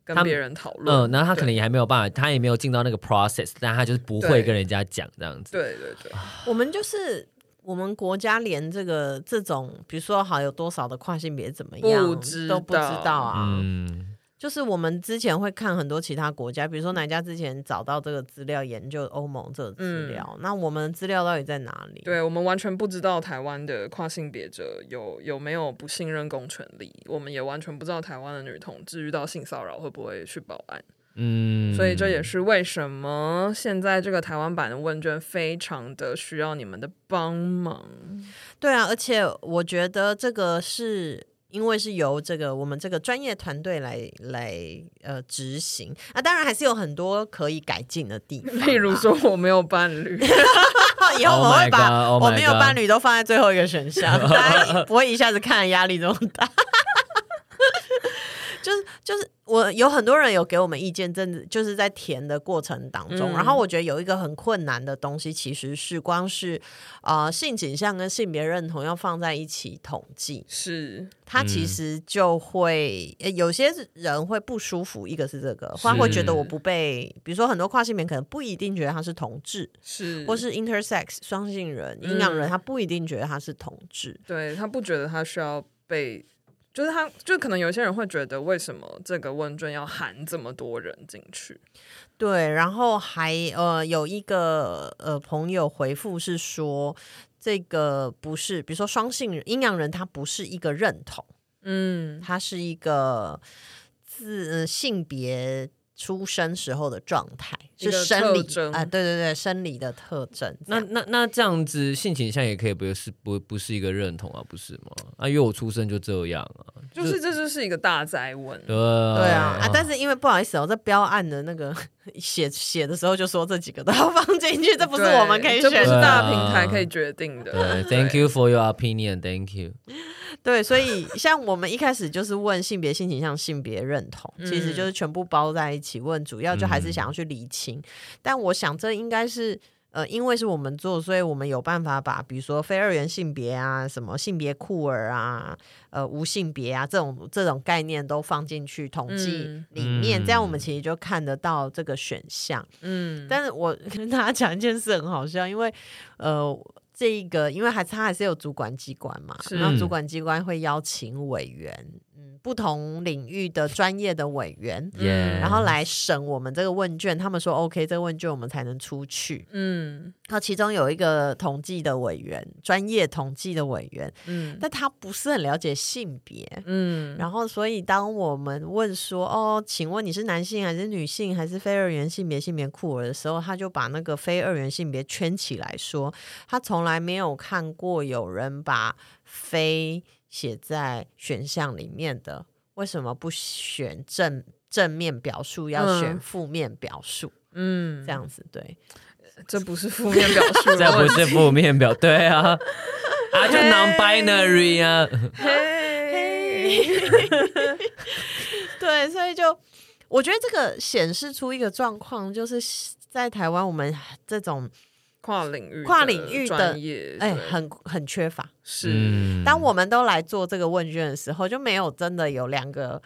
Speaker 3: 跟
Speaker 4: 他
Speaker 3: 别人讨论。
Speaker 4: 嗯，然后他可能
Speaker 3: 对
Speaker 4: 也还没有办法，他也没有进到那个 process，但他就是不会
Speaker 3: 对
Speaker 4: 跟人家讲这样子。
Speaker 3: 对对对，
Speaker 2: 我们就是我们国家连这个这种，比如说好有多少的跨性别怎么样，
Speaker 3: 不知
Speaker 2: 都不知
Speaker 3: 道
Speaker 2: 道啊。
Speaker 4: 嗯。
Speaker 2: 就是我们之前会看很多其他国家，比如说哪家之前找到这个资料，研究欧盟这个资料，那我们资料到底在哪里？
Speaker 3: 嗯对我们完全不知道台湾的跨性别者有有没有不信任公权力，我们也完全不知道台湾的女同志遇到性骚扰会不会去报案，
Speaker 4: 嗯
Speaker 3: 所以这也是为什么现在这个台湾版的问卷非常的需要你们的帮忙。
Speaker 2: 对啊，而且我觉得这个是因为是由这个我们这个专业团队来来呃执行啊，当然还是有很多可以改进的地方啊。
Speaker 3: 例如说我没有伴侣，
Speaker 2: 以后我
Speaker 4: Oh my
Speaker 2: 会把
Speaker 4: God, oh my
Speaker 2: 我没有伴侣都放在最 后一个选项，大家不会一下子看压力这么大。 就是就是我有很多人有给我们意见，真的就是在填的过程当中，
Speaker 3: 嗯
Speaker 2: 然后我觉得有一个很困难的东西，其实是光是啊、呃性倾向跟性别认同要放在一起统计，
Speaker 3: 是
Speaker 2: 他其
Speaker 4: 嗯
Speaker 2: 实就会、呃有些人会不舒服，一个是这个，他会觉得我不被，比如说很多跨性别可能不一定觉得他是同志，
Speaker 3: 是，
Speaker 2: 或是 intersex 双性人、
Speaker 3: 嗯
Speaker 2: 阴阳人，他不一定觉得他是同志。
Speaker 3: 对他不觉得他需要被，就是他就可能有些人会觉得为什么这个问卷要含这么多人进去？
Speaker 2: 对，然后还呃有一个呃朋友回复是说，这个不是，比如说双性人、阴阳人，他不是一个认同，
Speaker 3: 嗯，
Speaker 2: 他是一个自、呃性别出生时候的状态，
Speaker 3: 一
Speaker 2: 是
Speaker 3: 个
Speaker 2: 生理
Speaker 3: 特征
Speaker 2: 啊、对对对，生理的特征。
Speaker 4: 那那那这样子性倾向也可以不是不不是一个认同啊，不是吗？啊，因为我出生就这样啊，
Speaker 3: 就是这就是一个大灾问。
Speaker 4: 对
Speaker 2: 对
Speaker 3: 嗯
Speaker 4: 对
Speaker 2: 啊啊！但是因为不好意思哦，这标案的那个 写写的时候就说这几个都要放进去，这不是
Speaker 3: 对
Speaker 2: 我们可以
Speaker 3: 这
Speaker 2: 选
Speaker 3: 不是
Speaker 2: 的。
Speaker 3: 大平台可以决定的。
Speaker 4: 对，Thank you for your opinion, Thank you。
Speaker 2: 对，所以像我们一开始就是问性别、性倾向、性别认同，其实就是全部包在一起问，主要就还是想要去理清。但我想这应该是。呃，因为是我们做，所以我们有办法把，比如说非二元性别啊，什么性别酷儿啊，呃，无性别啊，这种这种概念都放进去统计
Speaker 3: 嗯
Speaker 2: 里面，
Speaker 4: 嗯
Speaker 2: 这样我们其实就看得到这个选项。
Speaker 3: 嗯，
Speaker 2: 但是我 跟大家讲一件事很好笑，因为呃，这一个因为还他还是有主管机关嘛，
Speaker 3: 是嗯
Speaker 2: 然后主管机关会邀请委员，嗯，不同领域的专业的委员，
Speaker 3: 嗯
Speaker 4: 耶，
Speaker 2: 然后来审我们这个问卷，他们说 OK，这个问卷我们才能出去。
Speaker 3: 嗯
Speaker 2: 然后其中有一个统计的委员，专业统计的委员，
Speaker 3: 嗯
Speaker 2: 但他不是很了解性别，
Speaker 3: 嗯，
Speaker 2: 然后，所以当我们问说：“哦，请问你是男性还是女性，还是非二元性别性别酷儿的时候，他就把那个非二元性别圈起来说，他从来没有看过有人把非写在选项里面的，为什么不选正正面表述，要选
Speaker 3: 嗯
Speaker 2: 负面表述？
Speaker 3: 嗯
Speaker 2: 这，样子对，
Speaker 3: 这不是负面表述了，
Speaker 4: 这不是负面表，对 啊，啊就 non-binary 啊，
Speaker 3: 嗯嘿，
Speaker 2: 对，所以就我觉得这个显示出一个状况，就是在台湾我们这种
Speaker 3: 跨领域的
Speaker 2: 跨领域的
Speaker 3: 专业，
Speaker 2: 哎、
Speaker 3: 对嗯
Speaker 2: 很很缺乏。
Speaker 3: 是
Speaker 4: 嗯
Speaker 2: 当我们都来做这个问卷的时候，就没有真的有两个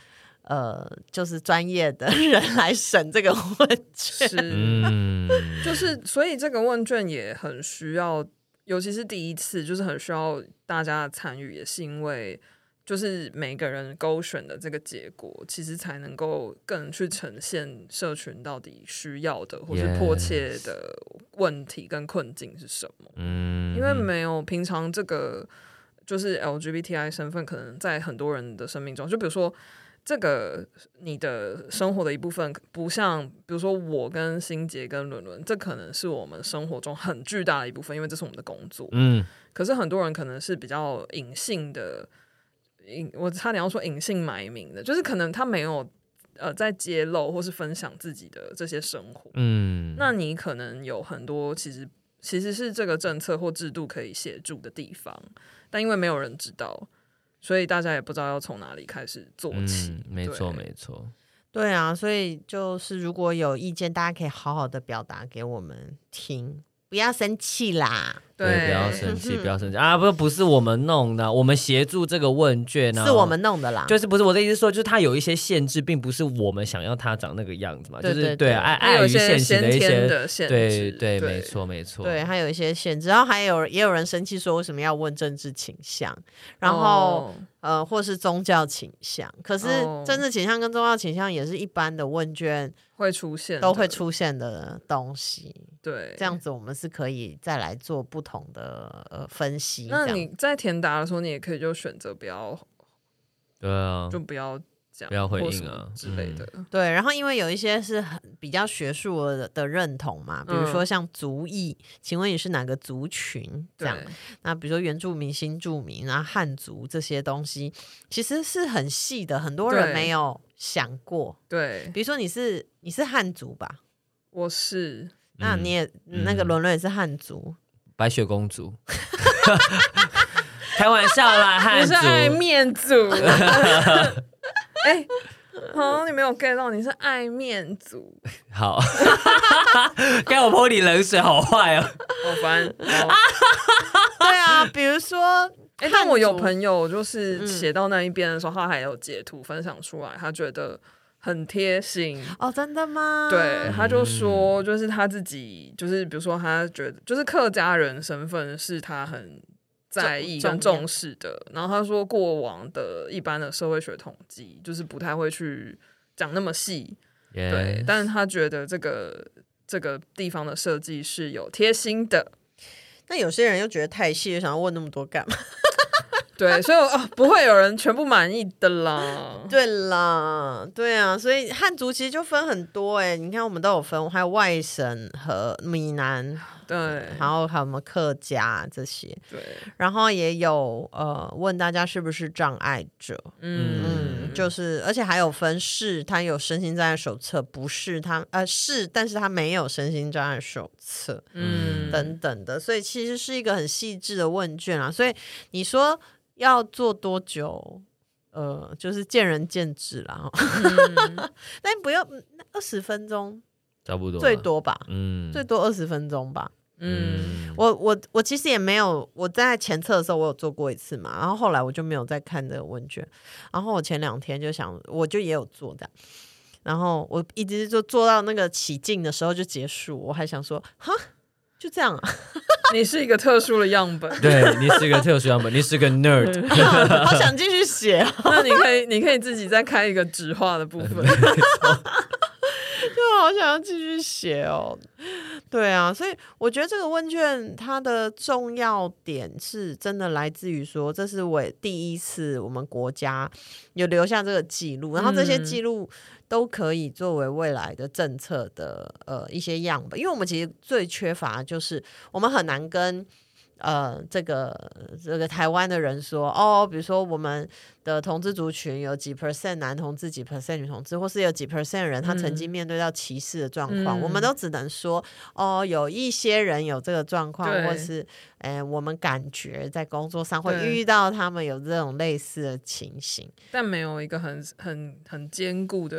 Speaker 2: 呃，就是专业的 人来审这个问卷。
Speaker 3: 是，
Speaker 4: 嗯，
Speaker 3: 就是所以这个问卷也很需要，尤其是第一次，就是很需要大家的参与，也是因为。就是每个人勾选的这个结果，其实才能够更去呈现社群到底需要的或是
Speaker 4: Yes
Speaker 3: 迫切的问题跟困境是什么。
Speaker 4: 嗯
Speaker 3: 因为没有平常这个就是 LGBTI 身份，可能在很多人的生命中，就比如说这个你的生活的一部分，不像比如说我跟心杰跟伦伦，这可能是我们生活中很巨大的一部分，因为这是我们的工作。
Speaker 4: 嗯
Speaker 3: 可是很多人可能是比较隐性的，隐我差点要说隐姓埋名的，就是可能他没有呃在揭露或是分享自己的这些生活。
Speaker 4: 嗯，
Speaker 3: 那你可能有很多其实其实是这个政策或制度可以协助的地方，但因为没有人知道，所以大家也不知道要从哪里开始做起。
Speaker 4: 嗯，没错
Speaker 3: 对
Speaker 4: 没错，
Speaker 2: 对啊，所以就是如果有意见，大家可以好好的表达给我们听，不要生气啦，
Speaker 4: 对，不
Speaker 3: 嗯
Speaker 4: 要生气，不要生气啊！不，不是我们弄的，我们协助这个问卷呢，
Speaker 2: 是我们弄的啦。
Speaker 4: 就是不是我的意思是说，就是它有一些限制，并不是我们想要它长那个样子嘛，
Speaker 2: 对
Speaker 4: 就是
Speaker 2: 对对
Speaker 4: 碍
Speaker 3: 还有
Speaker 4: 碍
Speaker 3: 一
Speaker 4: 于
Speaker 3: 些
Speaker 4: 现行
Speaker 3: 先
Speaker 4: 一
Speaker 3: 天
Speaker 4: 些，
Speaker 3: 的限
Speaker 4: 对
Speaker 3: 制，
Speaker 4: 对，没。错没错，
Speaker 2: 对，还有一些限制，然后还有也有人生气说为什么要问政治倾向，然后、
Speaker 3: 哦
Speaker 2: 呃，或是宗教倾向。可是
Speaker 3: 哦
Speaker 2: 政治倾向跟宗教倾向也是一般的问卷
Speaker 3: 会出现
Speaker 2: 都会
Speaker 3: 的
Speaker 2: 出现的东西。
Speaker 3: 对
Speaker 2: 这样。子我们是可以再来做不同的呃分析。
Speaker 3: 那
Speaker 2: 这样
Speaker 3: 你在填答的时候，你也可以就选择不要，
Speaker 4: 对啊，
Speaker 3: 就不要讲，
Speaker 4: 不要回
Speaker 3: 或
Speaker 4: 应
Speaker 3: 什么
Speaker 4: 啊
Speaker 3: 之类
Speaker 4: 嗯
Speaker 3: 的。
Speaker 2: 对，然后因为有一些是很比较学术的的认同嘛，比如
Speaker 3: 嗯
Speaker 2: 说像族裔，请问你是哪个族群？这
Speaker 3: 对
Speaker 2: 样，，那比如说原住民、新住民啊、汉族这些东西，其实是很细的，很多人
Speaker 3: 对
Speaker 2: 没有想过。
Speaker 3: 对，
Speaker 2: 比如说你是你是汉族吧？
Speaker 3: 我是
Speaker 2: 那你也、那个
Speaker 4: 嗯
Speaker 2: 伦伦也是汉 族，
Speaker 4: 白雪公主， 开玩笑啦，
Speaker 3: 我
Speaker 4: 汉
Speaker 3: 是爱
Speaker 4: 族，
Speaker 3: 面子。哎、好，你没有 get 到，你是爱面族，
Speaker 4: 好， 该我泼你冷水，好坏哦。
Speaker 3: 好烦。好
Speaker 2: 对啊，比如说，
Speaker 3: 哎、但我有朋友就是写到那一边的时候，他还有截图分享出来，他觉得很贴心。
Speaker 2: 哦，真的吗？
Speaker 3: 对，他就说，就是他自己，就是比如说，他觉得就是客家人身份是他很在意
Speaker 2: 重
Speaker 3: 跟
Speaker 2: 重要
Speaker 3: 重视的。然后他说，过往的一般的社会学统计就是不太会去讲那么细，对
Speaker 4: Yes，
Speaker 3: 但是他觉得这个这个地方的设计是有贴心的。
Speaker 2: 那有些人又觉得太细，就想要问那么多干嘛？
Speaker 3: 对，所以啊、不会有人全部满意的啦。
Speaker 2: 对啦，对啊，所以汉族其实就分很多哎、你看我们都有分，还有外省和闽南，
Speaker 3: 对，
Speaker 2: 然后还有什么客家这些，
Speaker 3: 对，
Speaker 2: 然后也有呃问大家是不是障碍者，
Speaker 3: 嗯
Speaker 2: 嗯，就是而且还有分是他有身心障碍手册，不是他呃是，但是他没有身心障碍手册，
Speaker 3: 嗯
Speaker 2: 等等的，所以其实是一个很细致的问卷啊。所以你说要做多久？呃，就是见仁见智啦。 但不要二十分钟
Speaker 4: 差不多
Speaker 2: 最，多吧，
Speaker 4: 嗯，
Speaker 2: 最多二十分钟吧。
Speaker 3: 嗯，
Speaker 2: 我我我其实也没有，我在前测的时候我有做过一次嘛，然后后来我就没有再看这个问卷。然后我前两天就想，我就也有做的，然后我一直就做到那个起劲的时候就结束，我还想说，哈，就这样啊。
Speaker 3: 你是一个特殊的样本
Speaker 4: 对你是个特殊样本，你是个 nerd，
Speaker 2: 好想继续写 啊，
Speaker 3: 那你可以，你可以自己再开一个直化的部 分。
Speaker 2: 就啊好想要继续写哦。对啊，所以我觉得这个问卷它的重要点是真的来自于说，这是我第一次我们国家有留下这个记录，然后这些
Speaker 3: 嗯
Speaker 2: 记录都可以作为未来的政策的呃一些样本，因为我们其实最缺乏的就是我们很难跟。呃，这个这个台湾的人说哦，比如说我们的同志族群有几 percent 男同志，几 percent 女同志，或是有几 percent 人他曾经面对到歧视的状况，
Speaker 3: 嗯
Speaker 2: 我们都只能说哦，有一些人有这个状况，
Speaker 3: 对
Speaker 2: 或是呃，我们感觉在工作上会
Speaker 3: 对
Speaker 2: 遇到他们有这种类似的情形。
Speaker 3: 但没有一个很很很坚固的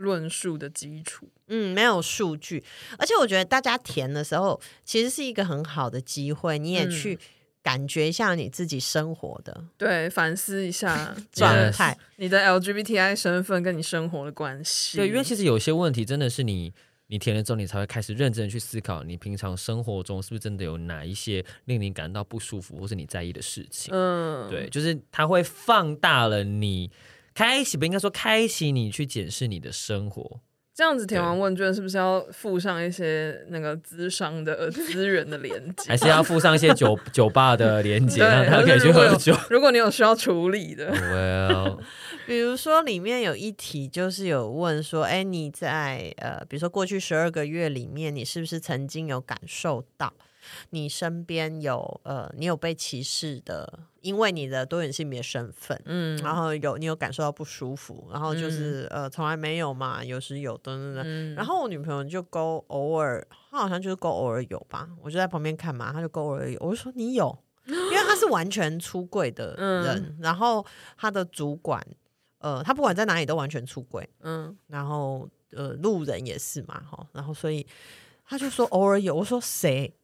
Speaker 3: 论述的基础。
Speaker 2: 嗯，没有数据，而且我觉得大家填的时候，其实是一个很好的机会，你也
Speaker 3: 嗯
Speaker 2: 去感觉一下你自己生活的
Speaker 3: 对，反思 一下
Speaker 2: 状
Speaker 4: Yes
Speaker 2: 态。
Speaker 3: 你的 LGBTI 身份跟你生活的关系。
Speaker 4: 对，因为其实有些问题真的是你。你填了之后，你才会开始认真的去思考，你平常生活中是不是真的有哪一些令你感到不舒服，或是你在意的事情？
Speaker 3: 嗯，
Speaker 4: 对，就是它会放大了你开启，不应该说开启你去检视你的生 活。
Speaker 3: 这样子填完问卷是不是要附上一些那个资商的呃资源的连接？
Speaker 4: 还
Speaker 2: 哎
Speaker 4: 是要附上一些酒酒吧的连 接，
Speaker 3: 对
Speaker 4: 让他可以去
Speaker 3: 如果有
Speaker 4: 喝 酒。
Speaker 3: 如果你有需要处理的，
Speaker 2: 哦
Speaker 4: well，
Speaker 2: 比如说，里面有一题就是有问说，哎，你在呃，比如说过去十二个月里面，你是不是曾经有感受到你身边有呃，你有被歧视的，因为你的多元性别身份，
Speaker 3: 嗯
Speaker 2: 然后有你有感受到不舒服，然后就是、呃，从来没有嘛，有时有等等等。
Speaker 3: 嗯
Speaker 2: 然后我女朋友就勾偶尔，她好像就是勾偶尔有吧，我就在旁边看嘛，她就勾偶尔有，我就说你有，因为她是完全出柜的人，然后她的主管，呃，她不管在哪里都完全出柜，
Speaker 3: 嗯，
Speaker 2: 然后呃，路人也是嘛，哈，然后所以她就说偶尔有，我说谁，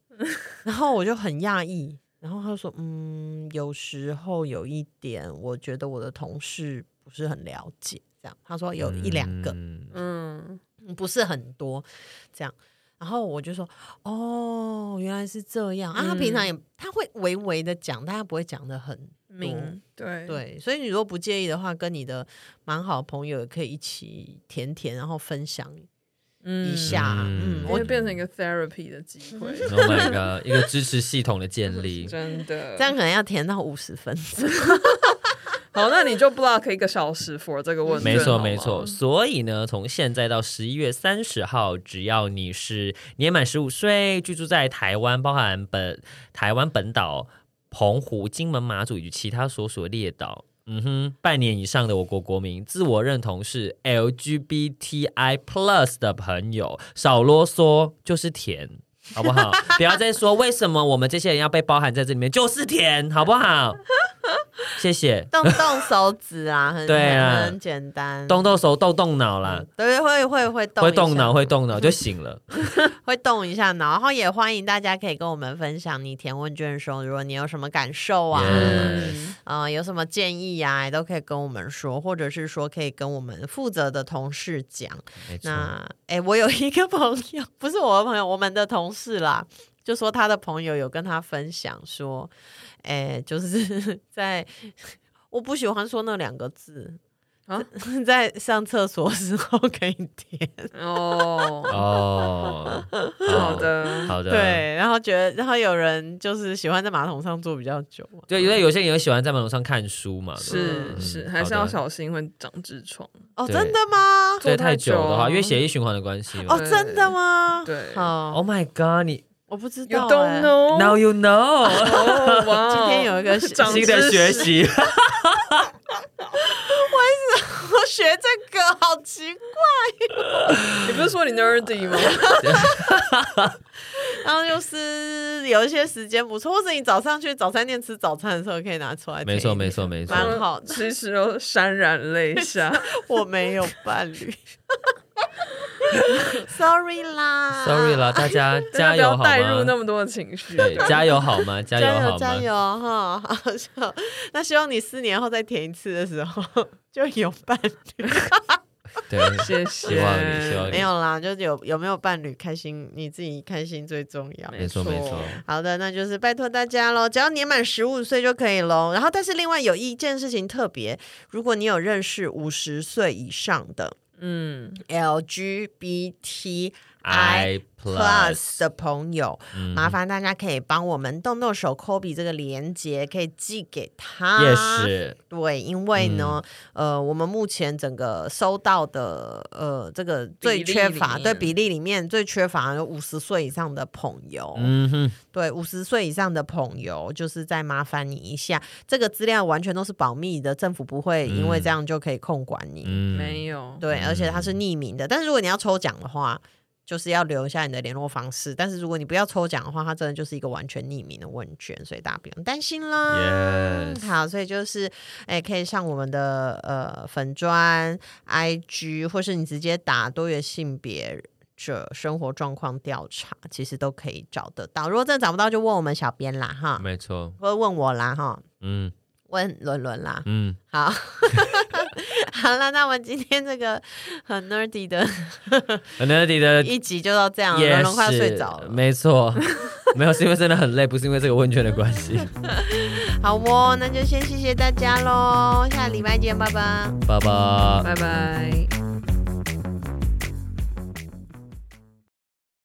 Speaker 2: 然后我就很讶异。然后她就说：“嗯，有时候有一点，我觉得我的同事不是很了解，这样。”她说有一两个，
Speaker 4: 嗯
Speaker 3: 嗯，
Speaker 2: 嗯不是很多这样。然后我就说，哦，原来是这样啊！他平
Speaker 3: 嗯
Speaker 2: 常也他会微微的讲，但他不会讲的很
Speaker 3: 明对，
Speaker 2: 对，所以你如果不介意的话，跟你的蛮好的朋友也可以一起甜甜，然后分享
Speaker 3: 嗯
Speaker 2: 一下。
Speaker 4: 嗯
Speaker 2: 嗯，我
Speaker 3: 我变成一个 therapy 的 机会，
Speaker 4: ，Oh my god，一个支持系统的建 立。
Speaker 3: 真的
Speaker 2: 这。样可能要甜到五十分钟。
Speaker 3: 好，那你就 block 一个小时 for 这个问题。
Speaker 4: 没错
Speaker 3: 好吗
Speaker 4: 没错，。所以呢，从现在到十一月三十号，只要你是年满十五岁，居住在台湾，包含本台湾本岛、澎湖、金门、马祖以及其他所属的列岛。嗯哼，半年以上的我国国民自我认同是 LGBTI plus 的朋友，少啰嗦，就是甜，好不好？ 不要再说为什么我们这些人要被包含在这里面，就是甜，好不好？谢谢。
Speaker 2: 动动手指啊，很
Speaker 4: 对啊
Speaker 2: 很简单，嗯
Speaker 4: 动动手，动动脑啦，
Speaker 2: 对会会会动
Speaker 4: 会
Speaker 2: 一
Speaker 4: 动
Speaker 2: 下
Speaker 4: 脑，会动
Speaker 3: 嗯
Speaker 4: 脑就醒了。
Speaker 2: 会动一下脑，然后也欢迎大家可以跟我们分享你填问卷的时候，如果你有什么感受啊，
Speaker 4: Yes
Speaker 3: 嗯
Speaker 2: 呃，有什么建议啊，也都可以跟我们说，或者是说可以跟我们负责的同事讲。
Speaker 4: 没错，
Speaker 2: 那哎，我有一个朋友，不是我的朋友，我们的同事啦，就说他的朋友有跟他分享说，哎，就是 在我不喜欢说那两个字
Speaker 3: 啊，
Speaker 2: 在上厕所的时候可以填。
Speaker 3: 哦，
Speaker 4: 哦，
Speaker 3: 好，
Speaker 2: 哦
Speaker 3: 的，
Speaker 4: 好的，，
Speaker 2: 对，然后觉得，然后有人就是喜欢在马桶上坐比较久嘛，
Speaker 4: 对，因为有些人也喜欢在马桶上看书嘛，
Speaker 3: 是
Speaker 2: 嗯
Speaker 3: 是，
Speaker 4: 好
Speaker 3: 还是要
Speaker 4: 的
Speaker 3: 小心会长痔疮。
Speaker 2: 哦，
Speaker 4: 对
Speaker 2: 真的吗？
Speaker 4: 对，
Speaker 3: 坐
Speaker 4: 太
Speaker 3: 太
Speaker 4: 久
Speaker 3: 久
Speaker 4: 的话，
Speaker 3: 啊
Speaker 4: 因为血液循环的关系嘛。
Speaker 2: 哦，真的吗？
Speaker 3: 对
Speaker 2: 哦
Speaker 3: 哦
Speaker 2: 好，
Speaker 4: Oh my god！你
Speaker 2: 我不知
Speaker 3: You
Speaker 2: 道、
Speaker 3: don't
Speaker 2: 欸。
Speaker 3: know
Speaker 4: now you know
Speaker 3: 哦哇哦
Speaker 2: 今天有一个
Speaker 3: 长
Speaker 4: 新的
Speaker 3: 知
Speaker 4: 学
Speaker 3: 识
Speaker 4: 习，
Speaker 2: 我学这个好奇怪。
Speaker 3: 你不是说你 nerdy 吗？
Speaker 2: 然后就是有一些时间不错，或者你早上去早餐店吃早餐的时候可以拿出来。
Speaker 4: 没错没。错没错。
Speaker 2: 蛮好的
Speaker 3: 其实都潸然泪 下。
Speaker 2: 我没有伴侣，sorry 啦
Speaker 4: Sorry 啦，大 家加
Speaker 3: 大家不
Speaker 4: 油
Speaker 3: 要
Speaker 4: 好
Speaker 3: 带入那
Speaker 4: 吗？
Speaker 3: 么多的情绪。
Speaker 4: 对，加油好吗？加
Speaker 2: 加
Speaker 4: 油
Speaker 2: 油
Speaker 4: 好
Speaker 2: 加
Speaker 4: 吗？
Speaker 2: 油哈！好笑。 那希望你四年后再填一次的时候就有伴侣。
Speaker 4: 对，
Speaker 3: 谢谢，
Speaker 4: 希望你希望你
Speaker 2: 没有啦，就是有有没有伴侣开心，你自己开心最重要。
Speaker 4: 没错没错。
Speaker 2: 好的，那就是拜托大家喽，只要年满十五岁就可以喽。然后，但是另外有一件事情特别，如果你有认识五十岁以上的
Speaker 3: 嗯，
Speaker 2: LGBT
Speaker 4: I
Speaker 2: Plus
Speaker 4: plus，
Speaker 2: 的朋友，
Speaker 4: 嗯
Speaker 2: 麻烦大家可以帮我们动动手，Kobe 这个连接可以寄给他。
Speaker 4: 也是嗯
Speaker 2: 对，因为呢，呃，我们目前整个收到的呃，这个最
Speaker 3: 比例
Speaker 2: 缺
Speaker 3: 里
Speaker 2: 乏对
Speaker 3: 面
Speaker 2: 比例里面最缺乏有五十岁以上的朋友，
Speaker 4: 嗯哼，
Speaker 2: 对五十岁以上的朋友，就是再麻烦你一下，这个资料完全都是保密的，政府不会因为这样就可以控管你，
Speaker 4: 嗯，
Speaker 3: 没有。
Speaker 2: 对，而且它是匿名的。但是如果你要抽奖的话，就是要留下你的联络方式。但是如果你不要抽奖的话，它真的就是一个完全匿名的问卷，所以大家不用担心啦。
Speaker 4: Yes
Speaker 2: 好，所以就是，哎、可以上我们的呃粉砖、IG，或是你直接打多元性别者生活状况调查，其实都可以找得到。如果真的找不到，就问我们小编啦哈，
Speaker 4: 没错，
Speaker 2: 或者问我啦哈，
Speaker 4: 嗯
Speaker 2: 问伦伦啦。
Speaker 4: 嗯，
Speaker 2: 好，好了，那我们今天这个很 nerdy 的
Speaker 4: a n o t h e 的
Speaker 2: 一集就到这样了，
Speaker 4: 也
Speaker 2: 伦伦快要睡
Speaker 4: 是
Speaker 2: 着，了。
Speaker 4: 没错，没有是因为真的很累，不是因为这个问卷的关系。
Speaker 2: 好哦，那就先谢谢大家喽，下礼拜见，拜拜。
Speaker 4: 爸爸，
Speaker 3: 拜拜。